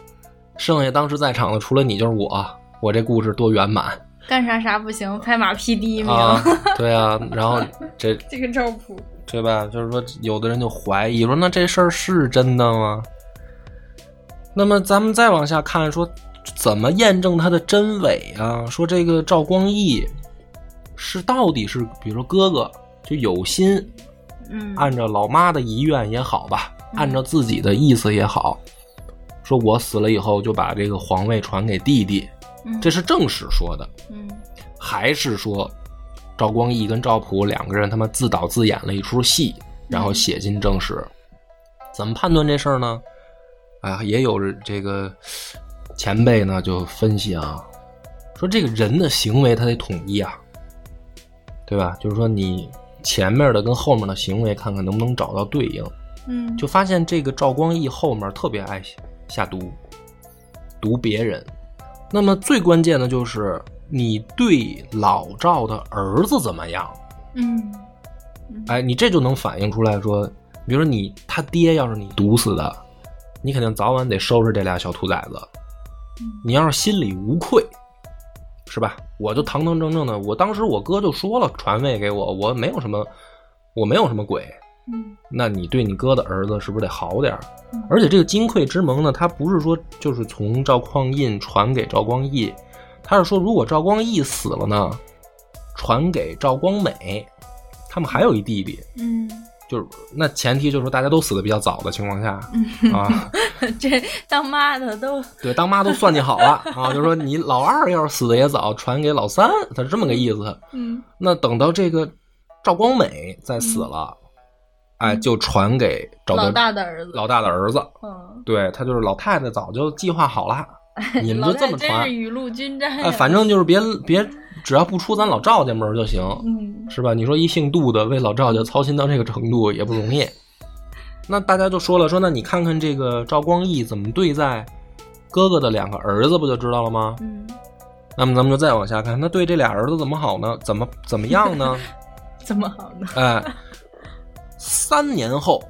Speaker 1: 剩下当时在场的除了你就是我，我这故事多圆满
Speaker 2: 干啥啥不行，拍马屁第一名。
Speaker 1: 啊！对啊，然后这
Speaker 2: 这个赵普，
Speaker 1: 对吧？就是说，有的人就怀疑说，那这事儿是真的吗？那么咱们再往下看说，怎么验证它的真伪啊？说这个赵光义是到底是，比如说哥哥就有心
Speaker 2: 嗯
Speaker 1: 按照老妈的遗愿也好吧，
Speaker 2: 嗯
Speaker 1: 按照自己的意思也好，说我死了以后就把这个皇位传给弟弟，
Speaker 2: 嗯
Speaker 1: 这是正史说的。
Speaker 2: 嗯
Speaker 1: 还是说赵光义跟赵普两个人他妈自导自演了一出戏，然后写进正史？怎么判断这事儿呢？啊，也有这个前辈呢就分析啊，说这个人的行为他得统一啊，对吧？就是说你前面的跟后面的行为看看能不能找到对应，
Speaker 2: 嗯
Speaker 1: 就发现这个赵光义后面特别爱下毒，毒别人。那么最关键的就是你对老赵的儿子怎么样？
Speaker 2: 嗯
Speaker 1: 哎，你这就能反映出来说，比如说你他爹要是你毒死的，你肯定早晚得收拾这俩小兔崽子。你要是心里无愧，是吧？我就堂堂正正的，我当时我哥就说了，传位给我，我没有什么，我没有什么鬼。
Speaker 2: 嗯
Speaker 1: 那你对你哥的儿子是不是得好点儿
Speaker 2: 嗯？
Speaker 1: 而且这个金匮之盟呢，它不是说就是从赵匡胤传给赵光义，他是说如果赵光义死了呢，传给赵光美，他们还有一弟弟，
Speaker 2: 嗯，
Speaker 1: 就是那前提就是说大家都死的比较早的情况下、
Speaker 2: 嗯
Speaker 1: 啊，
Speaker 2: 这当妈的都
Speaker 1: 对，当妈都算计好了啊，就是说你老二要是死的也早，传给老三，他是这么个意思。
Speaker 2: 嗯
Speaker 1: 那等到这个赵光美再死了，哎，就传给赵德
Speaker 2: 嗯老大的儿子，
Speaker 1: 老大的儿子，
Speaker 2: 嗯，
Speaker 1: 对他就是老太太早就计划好 了，你们
Speaker 2: 老
Speaker 1: 就这
Speaker 2: 太
Speaker 1: 么
Speaker 2: 真
Speaker 1: 传啊
Speaker 2: 是，雨露均沾呀
Speaker 1: 哎，反正就是别别，只要不出咱老赵家门儿就行，
Speaker 2: 嗯
Speaker 1: 是吧？你说一姓杜的为老赵家操心到这个程度也不容易。那大家就说了，说那你看看这个赵光义怎么对待哥哥的两个儿子，不就知道了吗？
Speaker 2: 嗯，
Speaker 1: 那么咱们就再往下看，那对这俩儿子怎么好呢？怎么怎么样呢？
Speaker 2: 怎么好呢？
Speaker 1: 哎，三年后，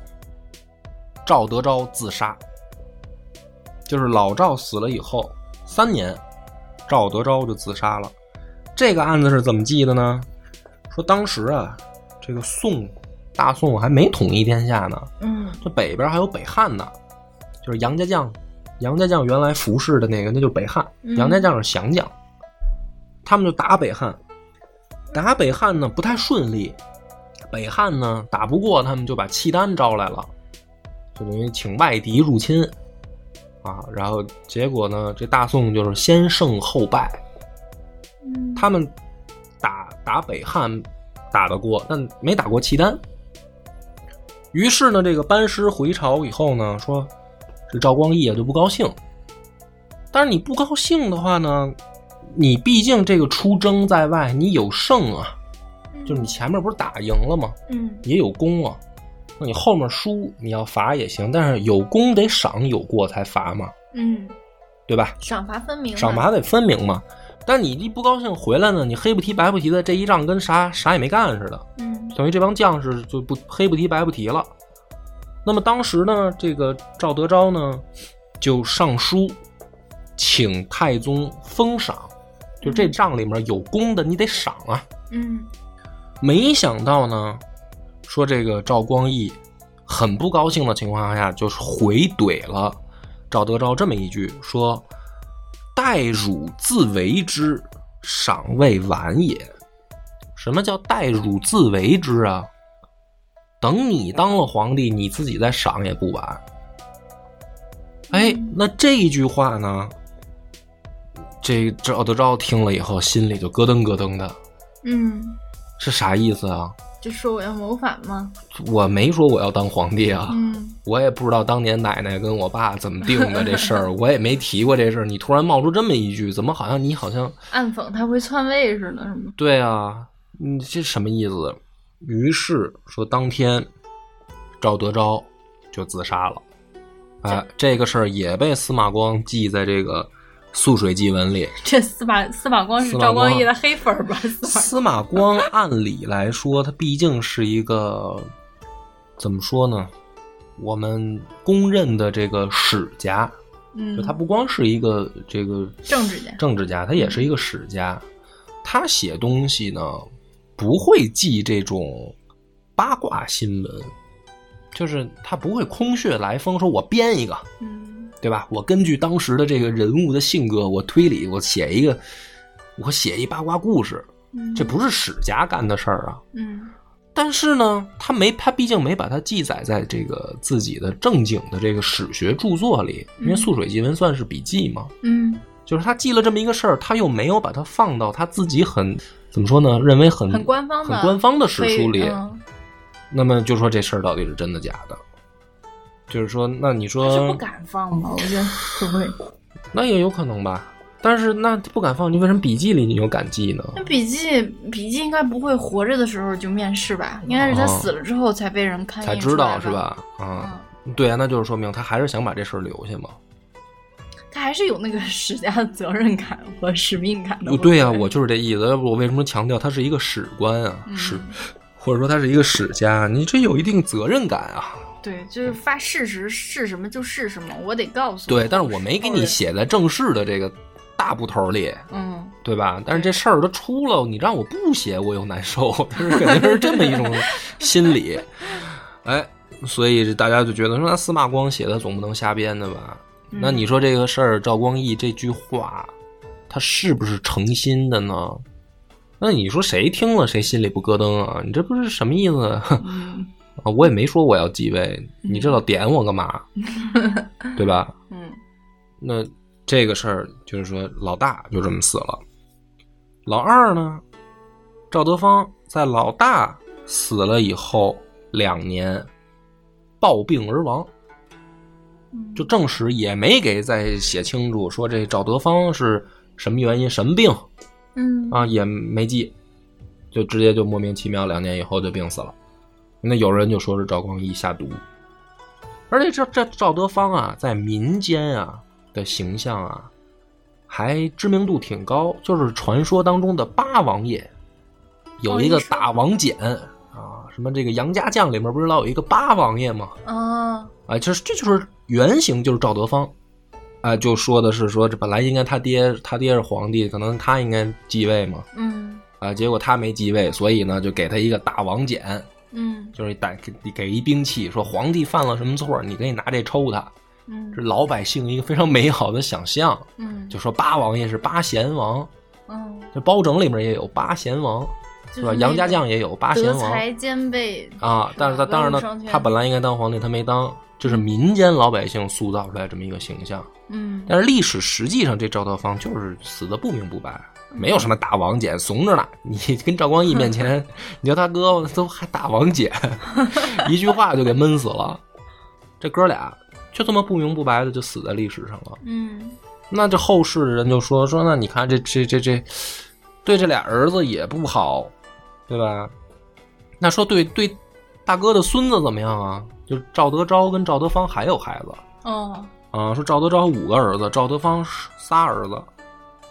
Speaker 1: 赵德昭自杀，就是老赵死了以后三年，赵德昭就自杀了。这个案子是怎么记的呢？说当时啊，这个宋大宋还没统一天下呢，
Speaker 2: 嗯
Speaker 1: 这北边还有北汉呢，就是杨家将，杨家将原来服侍的那个，那就是北汉，
Speaker 2: 嗯
Speaker 1: 杨家将是降将，他们就打北汉，打北汉呢不太顺利，北汉呢打不过，他们就把契丹招来了，就等于请外敌入侵，啊，然后结果呢，这大宋就是先胜后败，
Speaker 2: 嗯
Speaker 1: 他们打打北汉打得过，但没打过契丹。于是呢，这个班师回朝以后呢，说这赵光义啊就不高兴。但是你不高兴的话呢，你毕竟这个出征在外，你有胜啊，就是你前面不是打赢了吗？
Speaker 2: 嗯
Speaker 1: 也有功啊。那你后面输，你要罚也行，但是有功得赏，有过才罚嘛，
Speaker 2: 嗯，
Speaker 1: 对吧？
Speaker 2: 赏罚分明嘛，啊
Speaker 1: 赏罚得分明嘛。但你一不高兴回来呢，你黑不提白不提的，这一仗跟啥啥也没干似的，
Speaker 2: 嗯
Speaker 1: 等于这帮将士就不黑不提白不提了。那么当时呢，这个赵德昭呢就上书请太宗封赏，就这仗里面有功的你得赏啊。
Speaker 2: 嗯
Speaker 1: 没想到呢，说这个赵光义很不高兴的情况下，就是回怼了赵德昭这么一句，说：“待汝自为之，赏未晚也。”什么叫待汝自为之啊？等你当了皇帝，你自己再赏也不晚。哎，那这一句话呢，这赵德昭听了以后，心里就咯噔咯噔的，
Speaker 2: 嗯，
Speaker 1: 是啥意思啊？
Speaker 2: 就说我要谋反嘛，
Speaker 1: 我没说我要当皇帝啊，
Speaker 2: 嗯
Speaker 1: 我也不知道当年奶奶跟我爸怎么定的这事儿，我也没提过这事儿。你突然冒出这么一句，怎么好像你好像
Speaker 2: 暗讽他会篡位似的，是吗？
Speaker 1: 对啊？你这什么意思？于是说当天赵德昭就自杀了。哎，这个事儿也被司马光记在这个《涑水记文》里。
Speaker 2: 这司马司马光是
Speaker 1: 司马
Speaker 2: 赵光
Speaker 1: 光啊
Speaker 2: 义的黑粉儿吧？司
Speaker 1: 司马光按理来说，他毕竟是一个怎么说呢？我们公认的这个史家，
Speaker 2: 马，嗯，
Speaker 1: 就他不光是一个这个
Speaker 2: 政治家
Speaker 1: 政治家，他也是一个史家。他写东西呢，不会记这种八卦新闻，就是他不会空穴来风，说我编一个，
Speaker 2: 嗯
Speaker 1: 对吧？我根据当时的这个人物的性格，我推理，我写一个，我写一八卦故事，
Speaker 2: 嗯，
Speaker 1: 这不是史家干的事儿啊。
Speaker 2: 嗯
Speaker 1: 但是呢，他没，他毕竟没把它记载在这个自己的正经的这个史学著作里，因为
Speaker 2: 嗯
Speaker 1: 《涑水记文》算是笔记嘛，
Speaker 2: 嗯
Speaker 1: 就是他记了这么一个事儿，他又没有把它放到他自己很怎么说呢，认为很
Speaker 2: 很官方的
Speaker 1: 很官方的史书里。
Speaker 2: 所以嗯
Speaker 1: 那么就说这事儿到底是真的假的？就是说，那你
Speaker 2: 他是不
Speaker 1: 说，
Speaker 2: 敢放吧？我觉得会不会？
Speaker 1: 那也有可能吧。但是那不敢放，你为什么笔记里你又敢记呢？
Speaker 2: 那笔记笔记应该不会活着的时候就面试吧？应该是他
Speaker 1: 哦
Speaker 2: 死了之后才被人刊
Speaker 1: 才
Speaker 2: 印出
Speaker 1: 知道
Speaker 2: 来
Speaker 1: 是吧？啊、
Speaker 2: 嗯
Speaker 1: 对啊，那就是说明他还是想把这事儿留下嘛。
Speaker 2: 他还是有那个史家的责任感和使命感的。
Speaker 1: 哦对呀、啊
Speaker 2: 呀，
Speaker 1: 我就是这意思。要不我为什么强调他是一个史官啊？
Speaker 2: 嗯
Speaker 1: 史，或者说他是一个史家，你这有一定责任感啊。
Speaker 2: 对，就是发事实是什么就是什么，我得告诉你
Speaker 1: 对，但是我没给你写在正式的这个大部头里，
Speaker 2: 嗯，
Speaker 1: 对吧？但是这事儿都出了，你让我不写，我又难受，就是肯定是这么一种心理。哎，所以大家就觉得说，那司马光写的总不能瞎编的吧？那你说这个事儿，赵光义这句话，他是不是诚心的呢？那你说谁听了谁心里不咯噔啊？你这不是什么意思啊？
Speaker 2: 嗯
Speaker 1: 啊我也没说我要继位，你这老点我干嘛？对吧？
Speaker 2: 嗯
Speaker 1: 那这个事儿就是说，老大就这么死了，老二呢，赵德芳在老大死了以后两年暴病而亡，
Speaker 2: 嗯，
Speaker 1: 就正史也没给再写清楚，说这赵德芳是什么原因、什么病
Speaker 2: 嗯
Speaker 1: 啊，也没记，就直接就莫名其妙两年以后就病死了。那有人就说是赵光义下毒，而且这这赵德芳啊，在民间啊的形象啊，还知名度挺高，就是传说当中的八王爷，有一
Speaker 2: 哦
Speaker 1: 个
Speaker 2: 你说
Speaker 1: 打王翦啊，什么这个杨家将里面不是老有一个八王爷吗？
Speaker 2: 啊
Speaker 1: 啊，这是这就是原型就是赵德芳，啊，就说的是说这本来应该他爹他爹是皇帝，可能他应该继位嘛，
Speaker 2: 嗯
Speaker 1: 啊，结果他没继位，所以呢就给他一个大王笺，
Speaker 2: 嗯
Speaker 1: 就是打给给一兵器，说皇帝犯了什么错，你可以拿这抽他。
Speaker 2: 嗯
Speaker 1: 这老百姓一个非常美好的想象，
Speaker 2: 嗯
Speaker 1: 就说八王爷是八贤王，
Speaker 2: 嗯，
Speaker 1: 这包拯里面也有八贤王，
Speaker 2: 就是是
Speaker 1: 吧？
Speaker 2: 那
Speaker 1: 杨家
Speaker 2: 个
Speaker 1: 将也有八贤
Speaker 2: 德
Speaker 1: 王，
Speaker 2: 才兼备
Speaker 1: 啊，但是他当然呢，他本
Speaker 2: 来
Speaker 1: 来应该当皇帝，他没当，这是民间老百姓塑造出来这么一个形象。
Speaker 2: 嗯
Speaker 1: 但是历史实际上，这赵德芳就是死的不明不白，没有什么大王翦，怂着呢。你跟赵光义面前，你叫他哥都还大王翦， 一句话就给闷死了。这哥俩就这么不明不白的就死在历史上了。
Speaker 2: 嗯
Speaker 1: 那这后世的人就说说，那你看这这这这，对这俩儿子也不好，对吧？那说对对，大哥的孙子怎么样啊？就赵德昭跟赵德芳还有孩子
Speaker 2: 哦
Speaker 1: 啊，说赵德昭五个儿子，赵德芳仨儿子，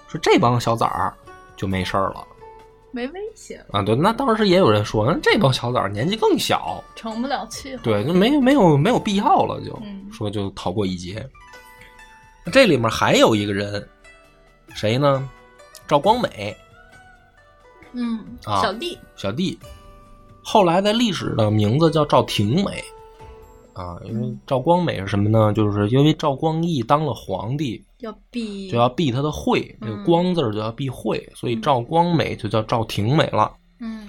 Speaker 1: 说这帮小崽儿就没事儿了
Speaker 2: 没威胁，
Speaker 1: 啊。对，那当时也有人说，这帮小崽儿年纪更小，
Speaker 2: 成不了气候。
Speaker 1: 对，就没没有没有必要了，就、
Speaker 2: 嗯
Speaker 1: 说就逃过一劫。这里面还有一个人，谁呢？赵光美
Speaker 2: 嗯，
Speaker 1: 啊
Speaker 2: 小弟，
Speaker 1: 小弟，后来在历史的名字叫赵廷美啊，因为
Speaker 2: 嗯
Speaker 1: 赵光美是什么呢？就是因为赵光义当了皇帝，
Speaker 2: 要避
Speaker 1: 就要避他的讳，这
Speaker 2: 嗯
Speaker 1: 个光字儿就要避讳，所以
Speaker 2: 嗯
Speaker 1: 赵光美就叫赵廷美了。
Speaker 2: 嗯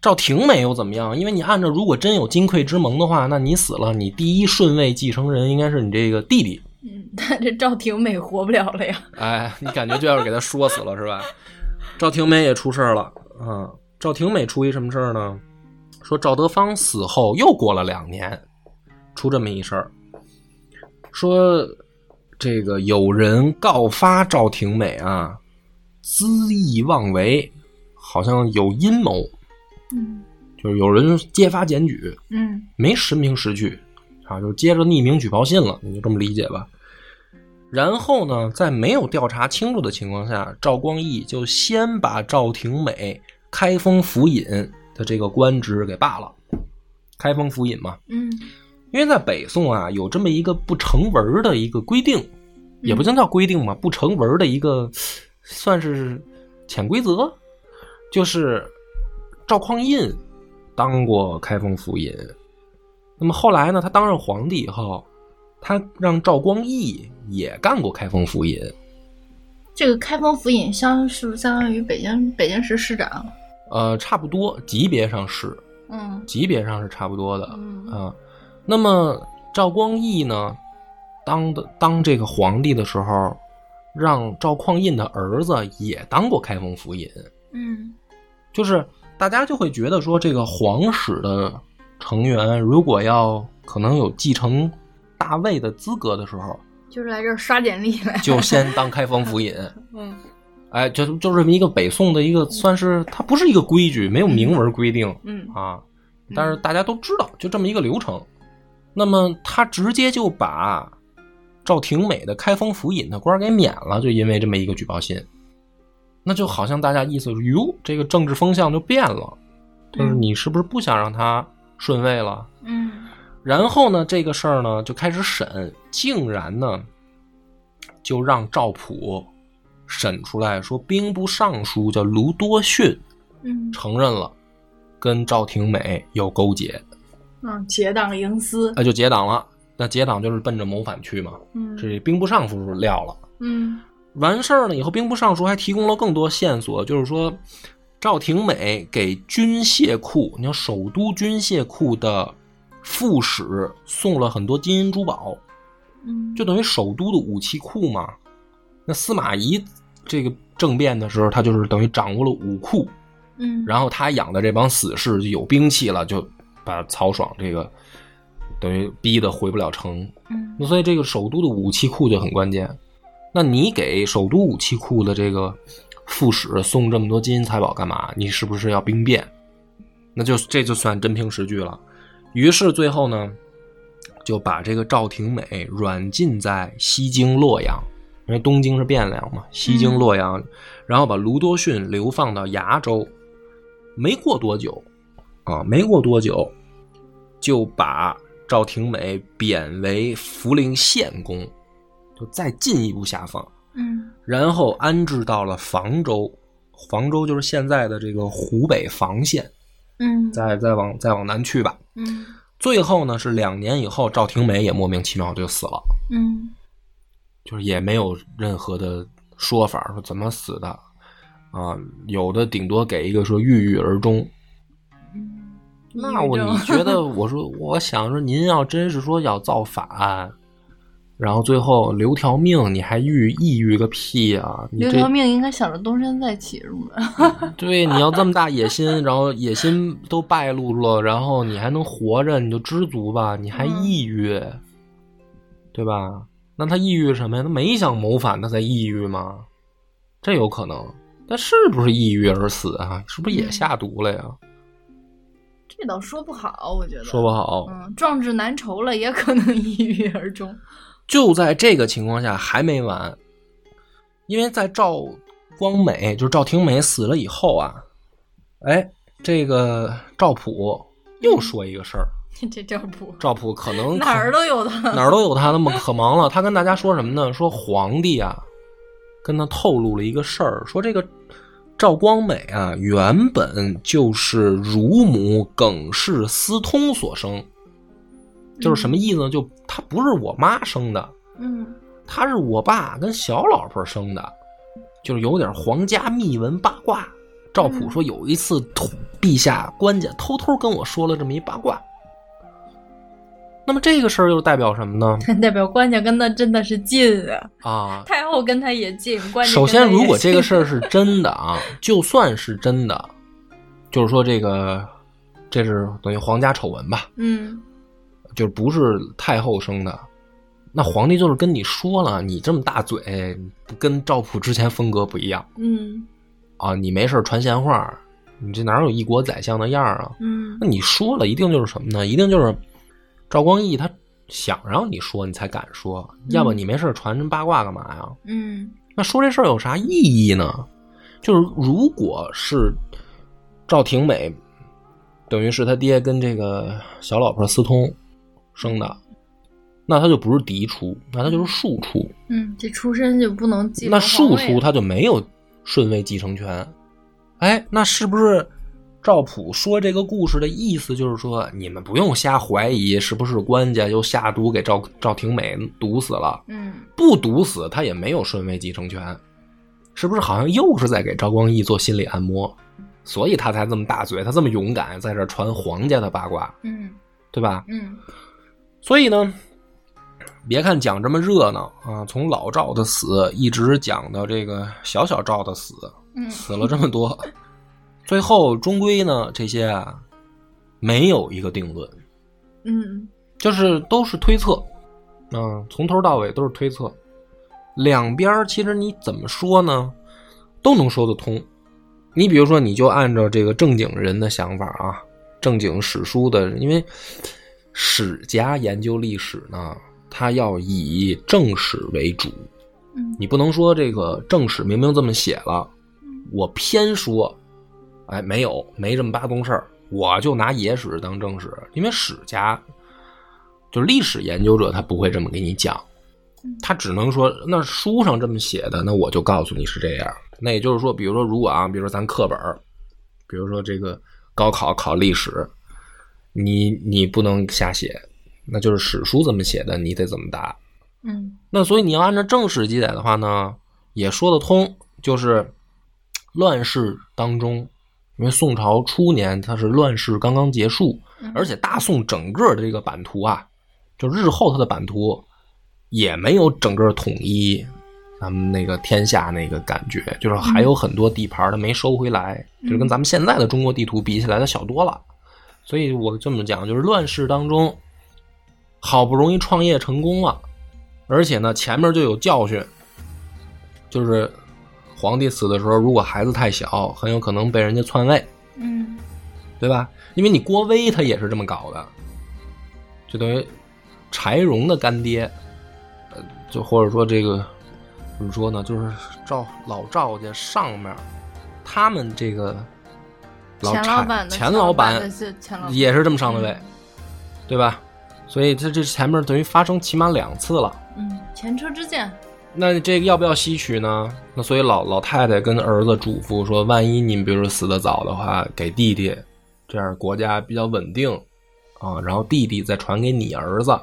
Speaker 1: 赵廷美又怎么样？因为你按照如果真有金匮之盟的话，那你死了，你第一顺位继承人应该是你这个弟弟。
Speaker 2: 嗯， 但这赵廷美活不了了呀。
Speaker 1: 哎，你感觉就要是给他说死了是吧？赵廷美也出事儿了啊、嗯！赵廷美出一什么事儿呢？说赵德芳死后又过了两年，出这么一事儿，说这个有人告发赵廷美啊，恣意妄为，好像有阴谋，
Speaker 2: 嗯
Speaker 1: 就是有人揭发检举，
Speaker 2: 嗯
Speaker 1: 没实名实据啊，就接着匿名举报信了，你就这么理解吧。然后呢，在没有调查清楚的情况下，赵光义就先把赵廷美开封府尹的这个官职给罢了。开封府尹嘛，
Speaker 2: 嗯
Speaker 1: 因为在北宋啊，有这么一个不成文儿的一个规定，也不能叫规定嘛，不成文儿的一个算是潜规则，就是赵匡胤当过开封府尹，那么后来呢，他当上皇帝以后，他让赵光义也干过开封府尹，
Speaker 2: 这个开封府尹相是不是相当于北京北京市市长？
Speaker 1: 呃，差不多级别上是，
Speaker 2: 嗯
Speaker 1: 级别上是差不多的，
Speaker 2: 嗯
Speaker 1: 啊，那么赵光义呢，当的当这个皇帝的时候，让赵匡胤的儿子也当过开封府尹，
Speaker 2: 嗯
Speaker 1: 就是大家就会觉得说，这个皇室的成员如果要可能有继承大位的资格的时候，
Speaker 2: 就是来这儿刷简历来。
Speaker 1: 就先当开封府尹。
Speaker 2: 嗯
Speaker 1: 哎，就就这么一个北宋的一个，算是它不是一个规矩，没有明文规定，
Speaker 2: 嗯
Speaker 1: 啊，但是大家都知道，就这么一个流程。那么他直接就把赵廷美的开封府尹的官儿给免了，就因为这么一个举报信。那就好像大家意思是，哟，这个政治风向就变了，就是你是不是不想让他顺位了？
Speaker 2: 嗯
Speaker 1: 然后呢，这个事儿呢就开始审，竟然呢就让赵普审出来说，兵部尚书叫卢多逊
Speaker 2: 嗯
Speaker 1: 承认了跟赵廷美有勾结，
Speaker 2: 嗯，结党营私，
Speaker 1: 呃那就结党了。那结党就是奔着谋反去嘛，
Speaker 2: 嗯
Speaker 1: 这兵部尚书撂了。
Speaker 2: 嗯
Speaker 1: 完事儿呢以后，兵部尚书还提供了更多线索，就是说赵廷美给军械库，你看首都军械库的副使送了很多金银珠宝，
Speaker 2: 嗯，
Speaker 1: 就等于首都的武器库嘛。那司马懿这个政变的时候，他就是等于掌握了武库，
Speaker 2: 嗯，
Speaker 1: 然后他养的这帮死士就有兵器了，就把曹爽这个等于逼得回不了城，
Speaker 2: 嗯
Speaker 1: 那所以这个首都的武器库就很关键。那你给首都武器库的这个副使送这么多金银财宝干嘛？你是不是要兵变？那就这就算真凭实据了。于是最后呢，就把这个赵廷美软禁在西京洛阳，因为东京是汴梁嘛，西京
Speaker 2: 嗯
Speaker 1: 洛阳，然后把卢多逊流放到崖州。没过多久，啊，没过多久，就把赵廷美贬为涪陵县公，就再进一步下放，
Speaker 2: 嗯
Speaker 1: 然后安置到了房州。房州就是现在的这个湖北房县，
Speaker 2: 嗯
Speaker 1: 再再往再往南去吧。
Speaker 2: 嗯
Speaker 1: 最后呢，是两年以后，赵廷美也莫名其妙就死了，
Speaker 2: 嗯
Speaker 1: 就是也没有任何的说法，说怎么死的啊？有的顶多给一个说郁郁而终，
Speaker 2: 嗯，
Speaker 1: 那我你觉得，我说我想说，您要真是说要造反，然后最后留条命，你还郁抑郁个屁啊！你
Speaker 2: 刘
Speaker 1: 这
Speaker 2: 条命应该想着东山再起是吗？
Speaker 1: 对你要这么大野心，然后野心都败露了，然后你还能活着，你就知足吧，你还
Speaker 2: 嗯
Speaker 1: 抑郁，对吧？那他抑郁什么呀？他没想谋反，他才抑郁吗？这有可能，但是不是抑郁而死啊？是不是也
Speaker 2: 嗯
Speaker 1: 下毒了呀？
Speaker 2: 这倒说不好，我觉得
Speaker 1: 说不好，
Speaker 2: 嗯，壮志难酬了，也可能抑郁而终。
Speaker 1: 就在这个情况下还没完，因为在赵光美，就是赵廷美死了以后啊，哎，这个赵普又说一个事儿，
Speaker 2: 这叫不
Speaker 1: 赵普可能
Speaker 2: 哪儿都有的。
Speaker 1: 哪儿都有他，那么可忙了。他跟大家说什么呢？说皇帝啊，跟他透露了一个事儿，说这个赵光美啊，原本就是乳母耿氏私通所生，就是什么意思呢？就她不是我妈生的，
Speaker 2: 嗯
Speaker 1: 他是我爸跟小老婆生的，就是有点皇家秘闻八卦。赵普说有一次，陛下官家偷偷跟我说了这么一八卦。那么这个事儿又代表什么呢？
Speaker 2: 代表关家跟他真的是近啊，
Speaker 1: 啊，
Speaker 2: 太后跟他也近。关家
Speaker 1: 首先，如果这个事
Speaker 2: 儿，
Speaker 1: 儿是真的 啊，就算是真的，就是说这个这是等于皇家丑闻吧，
Speaker 2: 嗯
Speaker 1: 就是不是太后生的，那皇帝就是跟你说了，你这么大嘴，跟赵普之前风格不一样。
Speaker 2: 嗯
Speaker 1: 啊，你没事儿传闲话儿，你这哪有一国宰相的样儿啊？
Speaker 2: 嗯
Speaker 1: 那你说了一定就是什么呢？一定就是赵光义他想让你说，你才敢说，要不
Speaker 2: 嗯
Speaker 1: 你没事儿传八卦干嘛呀？
Speaker 2: 嗯
Speaker 1: 那说这事儿有啥意义呢？就是如果是赵廷美，等于是他爹跟这个小老婆私通生的，那他就不是嫡出，那他就是庶出。
Speaker 2: 嗯，这出身就不能继承
Speaker 1: 那庶
Speaker 2: 皇位啊
Speaker 1: 出他就没有顺位继承权。哎，那是不是赵普说这个故事的意思就是说，你们不用瞎怀疑是不是官家又下毒给赵赵廷美毒死了？
Speaker 2: 嗯
Speaker 1: 不毒死他也没有顺位继承权，是不是？好像又是在给赵光义做心理按摩，所以他才这么大嘴，他这么勇敢，在这儿传皇家的八卦，
Speaker 2: 嗯
Speaker 1: 对吧？
Speaker 2: 嗯
Speaker 1: 所以呢，别看讲这么热闹啊，从老赵的死一直讲到这个小小赵的死，
Speaker 2: 嗯
Speaker 1: 死了这么多，最后终归呢，这些啊没有一个定论，
Speaker 2: 嗯
Speaker 1: 就是都是推测，嗯，从头到尾都是推测，两边儿其实你怎么说呢，都能说得通。你比如说，你就按照这个正经人的想法啊，正经史书的，因为史家研究历史呢，它要以正史为主，
Speaker 2: 嗯
Speaker 1: 你不能说这个正史明明这么写了，我偏说，哎，没有，没这么八宗事儿，我就拿野史当正史，因为史家就是历史研究者，他不会这么给你讲，他只能说那书上这么写的，那我就告诉你是这样。那也就是说，比如说，如果啊，比如说咱课本儿，比如说这个高考考历史，你你不能瞎写，那就是史书这么写的，你得怎么答。
Speaker 2: 嗯
Speaker 1: 那所以你要按照正史记载的话呢，也说得通，就是嘖乱世当中，因为宋朝初年它是乱世刚刚结束
Speaker 2: 嗯，
Speaker 1: 而且大宋整个的这个版图啊，就日后它的版图也没有整个统一咱们那个天下那个感觉，就是还有很多地盘它没收回来，就是跟咱们现在的中国地图比起来，它小多了。所以我这么讲，就是乱世当中，好不容易创业成功了，而且呢，前面就有教训，就是皇帝死的时候，如果孩子太小，很有可能被人家篡位，
Speaker 2: 嗯
Speaker 1: 对吧？因为你郭威他也是这么搞的，就等于柴荣的干爹，呃，就或者说这个怎么说呢，就是赵老赵家上面，他们这个老
Speaker 2: 钱
Speaker 1: 柴
Speaker 2: 老板的
Speaker 1: 钱老
Speaker 2: 板
Speaker 1: 板
Speaker 2: 的嗯是钱老板
Speaker 1: 也是这么上的位，对吧？所以他这前面等于发生起码两次了。
Speaker 2: 嗯，前车之鉴，
Speaker 1: 那这个要不要吸取呢？那所以老老太太跟儿子嘱咐说，万一您比如说死得早的话，给弟弟，这样国家比较稳定啊，然后弟弟再传给你儿子，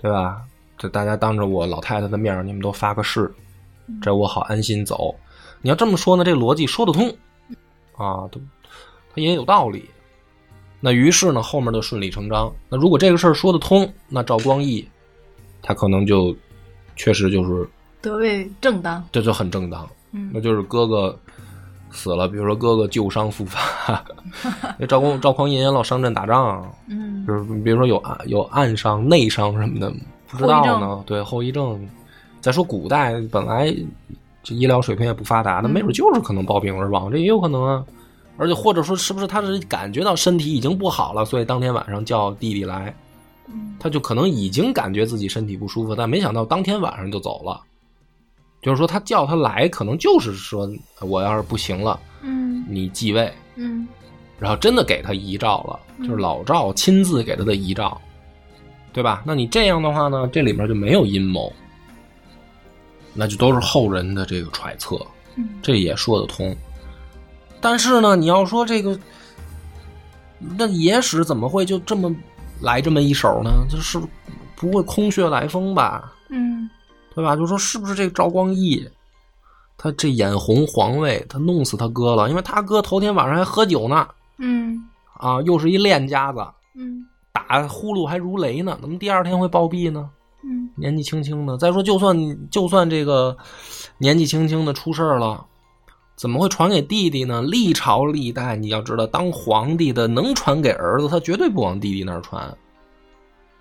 Speaker 1: 对吧？这大家当着我老太太的面儿，你们都发个誓，这我好安心走。你要这么说呢，这逻辑说得通啊，都它也有道理。那于是呢，后面就顺理成章。那如果这个事儿说得通，那赵光义他可能就确实就是
Speaker 2: 得位正当。
Speaker 1: 这就很正当。
Speaker 2: 嗯
Speaker 1: 那就是哥哥死了，比如说哥哥旧伤复发， 那赵公赵匡胤也老上阵打仗，
Speaker 2: 嗯
Speaker 1: 就是比如说有暗有暗伤、内伤什么的，不知道
Speaker 2: 后遗
Speaker 1: 呢。对后遗症，再说古代本来这医疗水平也不发达，那
Speaker 2: 嗯
Speaker 1: 没准就是可能暴病而亡，这也有可能啊。而且或者说是不是他是感觉到身体已经不好了，所以当天晚上叫弟弟来，
Speaker 2: 嗯
Speaker 1: 他就可能已经感觉自己身体不舒服，但没想到当天晚上就走了。就是说，他叫他来，可能就是说，哎我要是不行了，
Speaker 2: 嗯
Speaker 1: 你继位，
Speaker 2: 嗯
Speaker 1: 然后真的给他遗诏了，
Speaker 2: 嗯
Speaker 1: 就是老赵亲自给他的遗诏，对吧？那你这样的话呢，这里面就没有阴谋，那就都是后人的这个揣测，
Speaker 2: 嗯
Speaker 1: 这也说得通。但是呢，你要说这个，那野史怎么会就这么来这么一手呢？就是不会空穴来风吧？
Speaker 2: 嗯
Speaker 1: 对吧？就说是不是这个赵光义，他这眼红皇位，他弄死他哥了，因为他哥头天晚上还喝酒呢，
Speaker 2: 嗯
Speaker 1: 啊，又是一练家子，
Speaker 2: 嗯
Speaker 1: 打呼噜还如雷呢，怎么第二天会暴毙呢？
Speaker 2: 嗯
Speaker 1: 年纪轻轻的，再说就算就算这个年纪轻轻的出事儿了，怎么会传给弟弟呢？历朝历代，你要知道，当皇帝的能传给儿子，他绝对不往弟弟那儿传，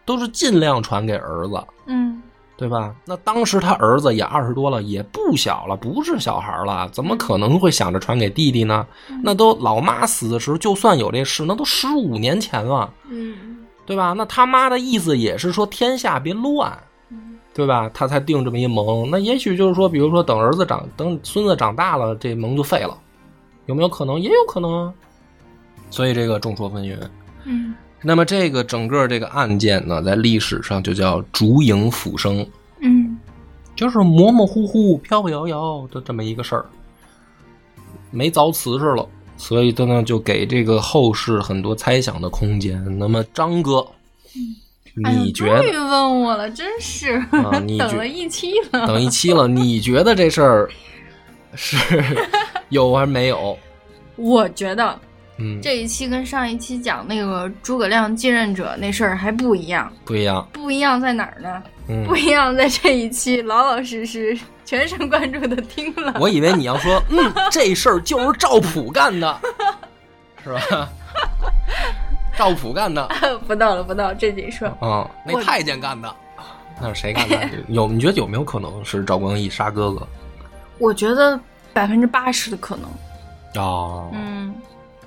Speaker 1: 都是尽量传给儿子，
Speaker 2: 嗯
Speaker 1: 对吧？那当时他儿子也二十多了，也不小了，不是小孩了，怎么可能会想着传给弟弟呢？那都老妈死的时候，就算有这事，那都十五年前了，
Speaker 2: 嗯
Speaker 1: 对吧？那他妈的意思也是说天下别乱。
Speaker 2: 嗯
Speaker 1: 对吧？他才定这么一盟。那也许就是说，比如说等儿子长，等孙子长大了，这盟就废了，有没有可能？也有可能啊。所以这个众说纷纭。
Speaker 2: 嗯
Speaker 1: 那么这个整个这个案件呢，在历史上就叫烛影斧声，
Speaker 2: 嗯
Speaker 1: 就是模模糊糊、飘飘摇摇的这么一个事儿，没凿瓷实了，所以他呢就给这个后世很多猜想的空间。那么张哥，
Speaker 2: 哎呦
Speaker 1: 你觉得
Speaker 2: 终于问我了，真是、
Speaker 1: 啊你觉
Speaker 2: 等了一期 了。
Speaker 1: 等一期了，你觉得这事儿是有还是没有？
Speaker 2: 我觉得
Speaker 1: 嗯，
Speaker 2: 这一期跟上一期讲那个诸葛亮继任者那事儿还不一样，
Speaker 1: 不一样。
Speaker 2: 不一样在哪儿呢？
Speaker 1: 嗯
Speaker 2: 不，一样在这一期老老实实、全神贯注的听了。
Speaker 1: 我以为你要说，嗯，这事儿就是赵普干的，是吧？赵普干 的
Speaker 2: 不到了，不到了，这得说。
Speaker 1: 啊，那
Speaker 2: 我
Speaker 1: 太监干 的，那是谁干的？有你觉得有没有可能是赵光义杀哥哥？
Speaker 2: 我觉得百分之八十的可能。
Speaker 1: 哦，
Speaker 2: 嗯，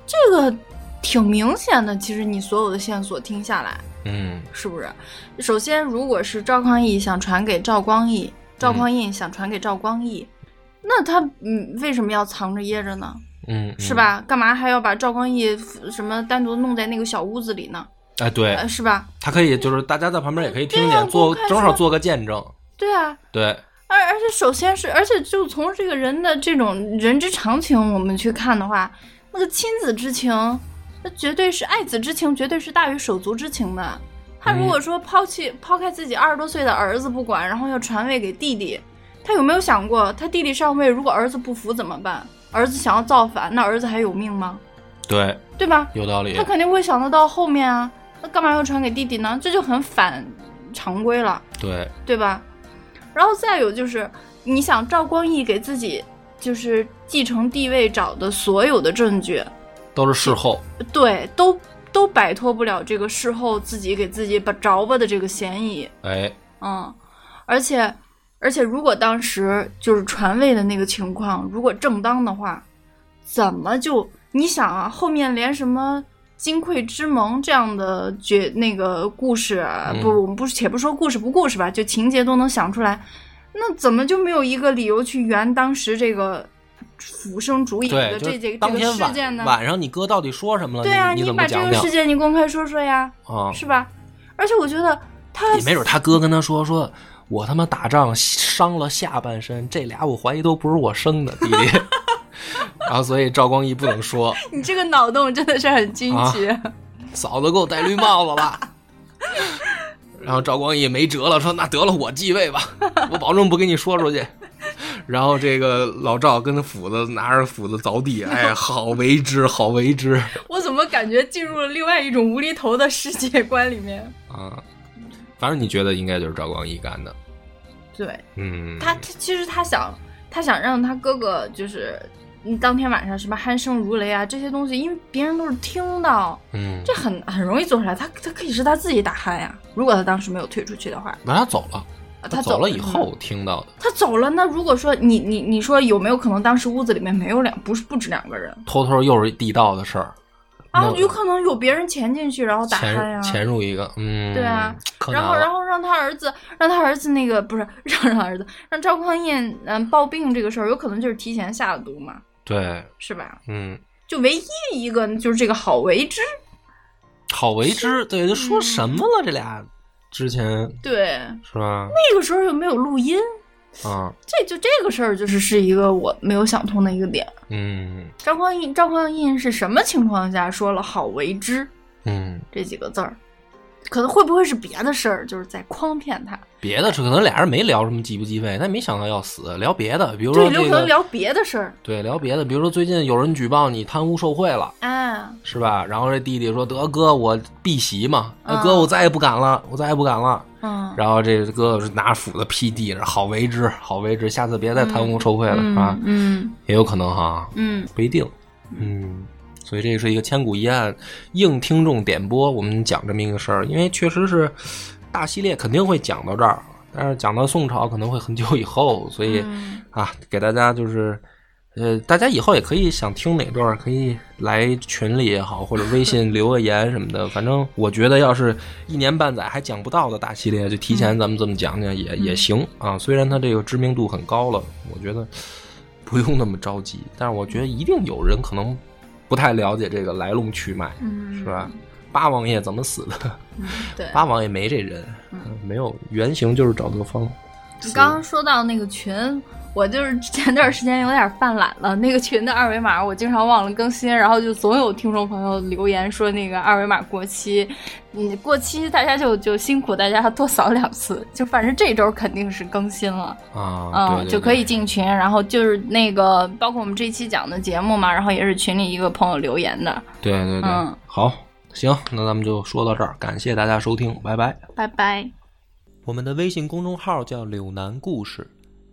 Speaker 2: 这个挺明显的。其实你所有的线索听下来，
Speaker 1: 嗯
Speaker 2: 是不是？首先，如果是赵匡胤想传给赵光义，赵匡胤想传给赵光义，那他嗯为什么要藏着掖着呢？
Speaker 1: 嗯，
Speaker 2: 是？吧？干嘛还要把赵光义什么单独弄在那个小屋子里呢？
Speaker 1: 哎，对
Speaker 2: 呃，，是吧？
Speaker 1: 他可以就是大家在旁边也可以听
Speaker 2: 对啊
Speaker 1: 见，做
Speaker 2: 我看
Speaker 1: 正好
Speaker 2: 说
Speaker 1: 做个见证。
Speaker 2: 对啊，
Speaker 1: 对，
Speaker 2: 而而且首先是，而且就从这个人的这种人之常情，我们去看的话，那个亲子之情，那绝对是爱子之情，绝对是大于手足之情的。他如果说抛弃、抛开自己二十多岁的儿子不管，然后要传位给弟弟，他有没有想过，他弟弟上位，如果儿子不服怎么办？儿子想要造反，那儿子还有命吗？
Speaker 1: 对，
Speaker 2: 对吧？
Speaker 1: 有道理
Speaker 2: 他。肯定会想得到后面啊，那干嘛要传给弟弟呢？这就很反常规了。
Speaker 1: 对，
Speaker 2: 对吧？然后再有就是，你想赵光义给自己就是继承地位找的所有的证据，
Speaker 1: 都是事后。
Speaker 2: 对，都都摆脱不了这个事后自己给自己把着吧的这个嫌疑，
Speaker 1: 哎，
Speaker 2: 嗯，而且而且如果当时就是传位的那个情况，如果正当的话，怎么就你想啊，后面连什么金匮之盟这样的角那个故事啊、
Speaker 1: 嗯
Speaker 2: 不，我们不且不说故事不故事吧，就情节都能想出来，那怎么就没有一个理由去圆当时这个俯生烛影
Speaker 1: 对，
Speaker 2: 的
Speaker 1: 就
Speaker 2: 这
Speaker 1: 是
Speaker 2: 这这
Speaker 1: 当
Speaker 2: 个
Speaker 1: 天
Speaker 2: 事
Speaker 1: 晚
Speaker 2: 件呢？
Speaker 1: 晚上你哥到底说什么了？
Speaker 2: 对啊，
Speaker 1: 你你怎么
Speaker 2: 把
Speaker 1: 不
Speaker 2: 这
Speaker 1: 讲
Speaker 2: 个
Speaker 1: 讲
Speaker 2: 事件你公开说说呀，
Speaker 1: 啊？
Speaker 2: 是吧？而且我觉得他
Speaker 1: 也没准他哥跟他说说，我他妈打仗伤了下半身，这俩我怀疑都不是我生的弟弟。 然后所以赵光义不能说，
Speaker 2: 你这个脑洞真的是
Speaker 1: 啊
Speaker 2: 很惊 奇，
Speaker 1: 嫂子给我戴绿帽子了。然后赵光义没辙了，说那得了，我继位吧，我保证不给你说出去。然后这个老赵跟斧子拿着斧子凿地，哎，好为之，好为之
Speaker 2: 我怎么感觉进入了另外一种无厘头的世界观里面？
Speaker 1: 啊！反正你觉得应该就是赵光义干的，
Speaker 2: 对
Speaker 1: 嗯，
Speaker 2: 他，他其实他想，他想让他哥哥就是，嗯当天晚上什么鼾声如雷啊这些东西，因为别人都是听到，
Speaker 1: 嗯，
Speaker 2: 这很很容易做出来。他他可以是他自己打鼾呀、如果他当时没有退出去的话，
Speaker 1: 那他走了，
Speaker 2: 啊
Speaker 1: 他
Speaker 2: 走
Speaker 1: 走了以
Speaker 2: 嗯
Speaker 1: 后听到的。
Speaker 2: 他走了，那如果说你你你说有没有可能当时屋子里面没有两不是不止两个人
Speaker 1: 偷偷又是地道的事儿
Speaker 2: 啊
Speaker 1: 那？
Speaker 2: 有可能有别人潜进去然后打鼾
Speaker 1: 潜
Speaker 2: 呀、
Speaker 1: 入潜入一个，嗯，
Speaker 2: 对啊，
Speaker 1: 可难
Speaker 2: 然后，然
Speaker 1: 了，
Speaker 2: 后让他儿子，让他儿子那个不是 让让儿子，让赵匡胤嗯抱病这个事儿，有可能就是提前下的毒嘛，
Speaker 1: 对，
Speaker 2: 是吧？
Speaker 1: 嗯，
Speaker 2: 就唯一一个就是这个好为之，
Speaker 1: 好为之，对，就
Speaker 2: 嗯
Speaker 1: 说什么了？这俩之前
Speaker 2: 对，
Speaker 1: 是吧？
Speaker 2: 那个时候又没有录音，
Speaker 1: 啊，
Speaker 2: 这就这个事儿就是是一个我没有想通的一个点。
Speaker 1: 嗯
Speaker 2: 赵匡胤，赵匡胤是什么情况下说了“好为之
Speaker 1: 嗯，”
Speaker 2: 这几个字儿？可能会不会是别的事儿，就是在诓骗他？
Speaker 1: 别的是可能俩人没聊什么继不继位，但没想到要死，聊别的，比如
Speaker 2: 对，
Speaker 1: 说
Speaker 2: 有
Speaker 1: 这
Speaker 2: 可能
Speaker 1: 个，
Speaker 2: 聊别的事儿。
Speaker 1: 对，聊别的，比如说最近有人举报你贪污受贿了。
Speaker 2: 哎，
Speaker 1: 是吧？然后这弟弟说：“得哥，我避席嘛，
Speaker 2: 嗯
Speaker 1: 哥，我再也不敢了，我再也不敢了。”
Speaker 2: 嗯，
Speaker 1: 然后这哥哥拿斧子劈地，好为之，好为之，下次别再贪污受贿了、啊！
Speaker 2: 嗯
Speaker 1: 也有可能哈，
Speaker 2: 嗯
Speaker 1: 不一定，嗯，所以这是一个千古一案，应听众点播，我们讲这么一个事儿，因为确实是大系列肯定会讲到这儿，但是讲到宋朝可能会很久以后，所以、
Speaker 2: 嗯
Speaker 1: 啊，给大家就是。呃，大家以后也可以想听哪段儿，可以来群里也好，或者微信留个言什么的。反正我觉得，要是一年半载还讲不到的大系列，就提
Speaker 2: 嗯
Speaker 1: 前咱们这么讲讲也、也行啊。虽然它这个知名度很高了，我觉得不用那么着急。但是我觉得一定有人可能不太了解这个来龙去脉，
Speaker 2: 嗯，
Speaker 1: 是吧？八王爷怎么死的？
Speaker 2: 嗯？ 对，嗯
Speaker 1: 八王爷没这人，没有原型就是赵德芳。
Speaker 2: 你刚刚说到那个群，我就是前段时间有点犯懒了，那个群的二维码我经常忘了更新，然后就总有听众朋友留言说那个二维码过期，嗯，过期大家就就辛苦大家多扫两次，就反正这周肯定是更新了，
Speaker 1: 啊，
Speaker 2: 嗯，
Speaker 1: 对对
Speaker 2: 就可
Speaker 1: 对
Speaker 2: 以进群，然后就是那个包括我们这期讲的节目嘛，然后也是群里一个朋友留言的，
Speaker 1: 对对对，
Speaker 2: 嗯
Speaker 1: 好，行，那咱们就说到这儿，感谢大家收听，拜拜。
Speaker 2: 拜拜。
Speaker 1: 我们的微信公众号叫“柳南故事”，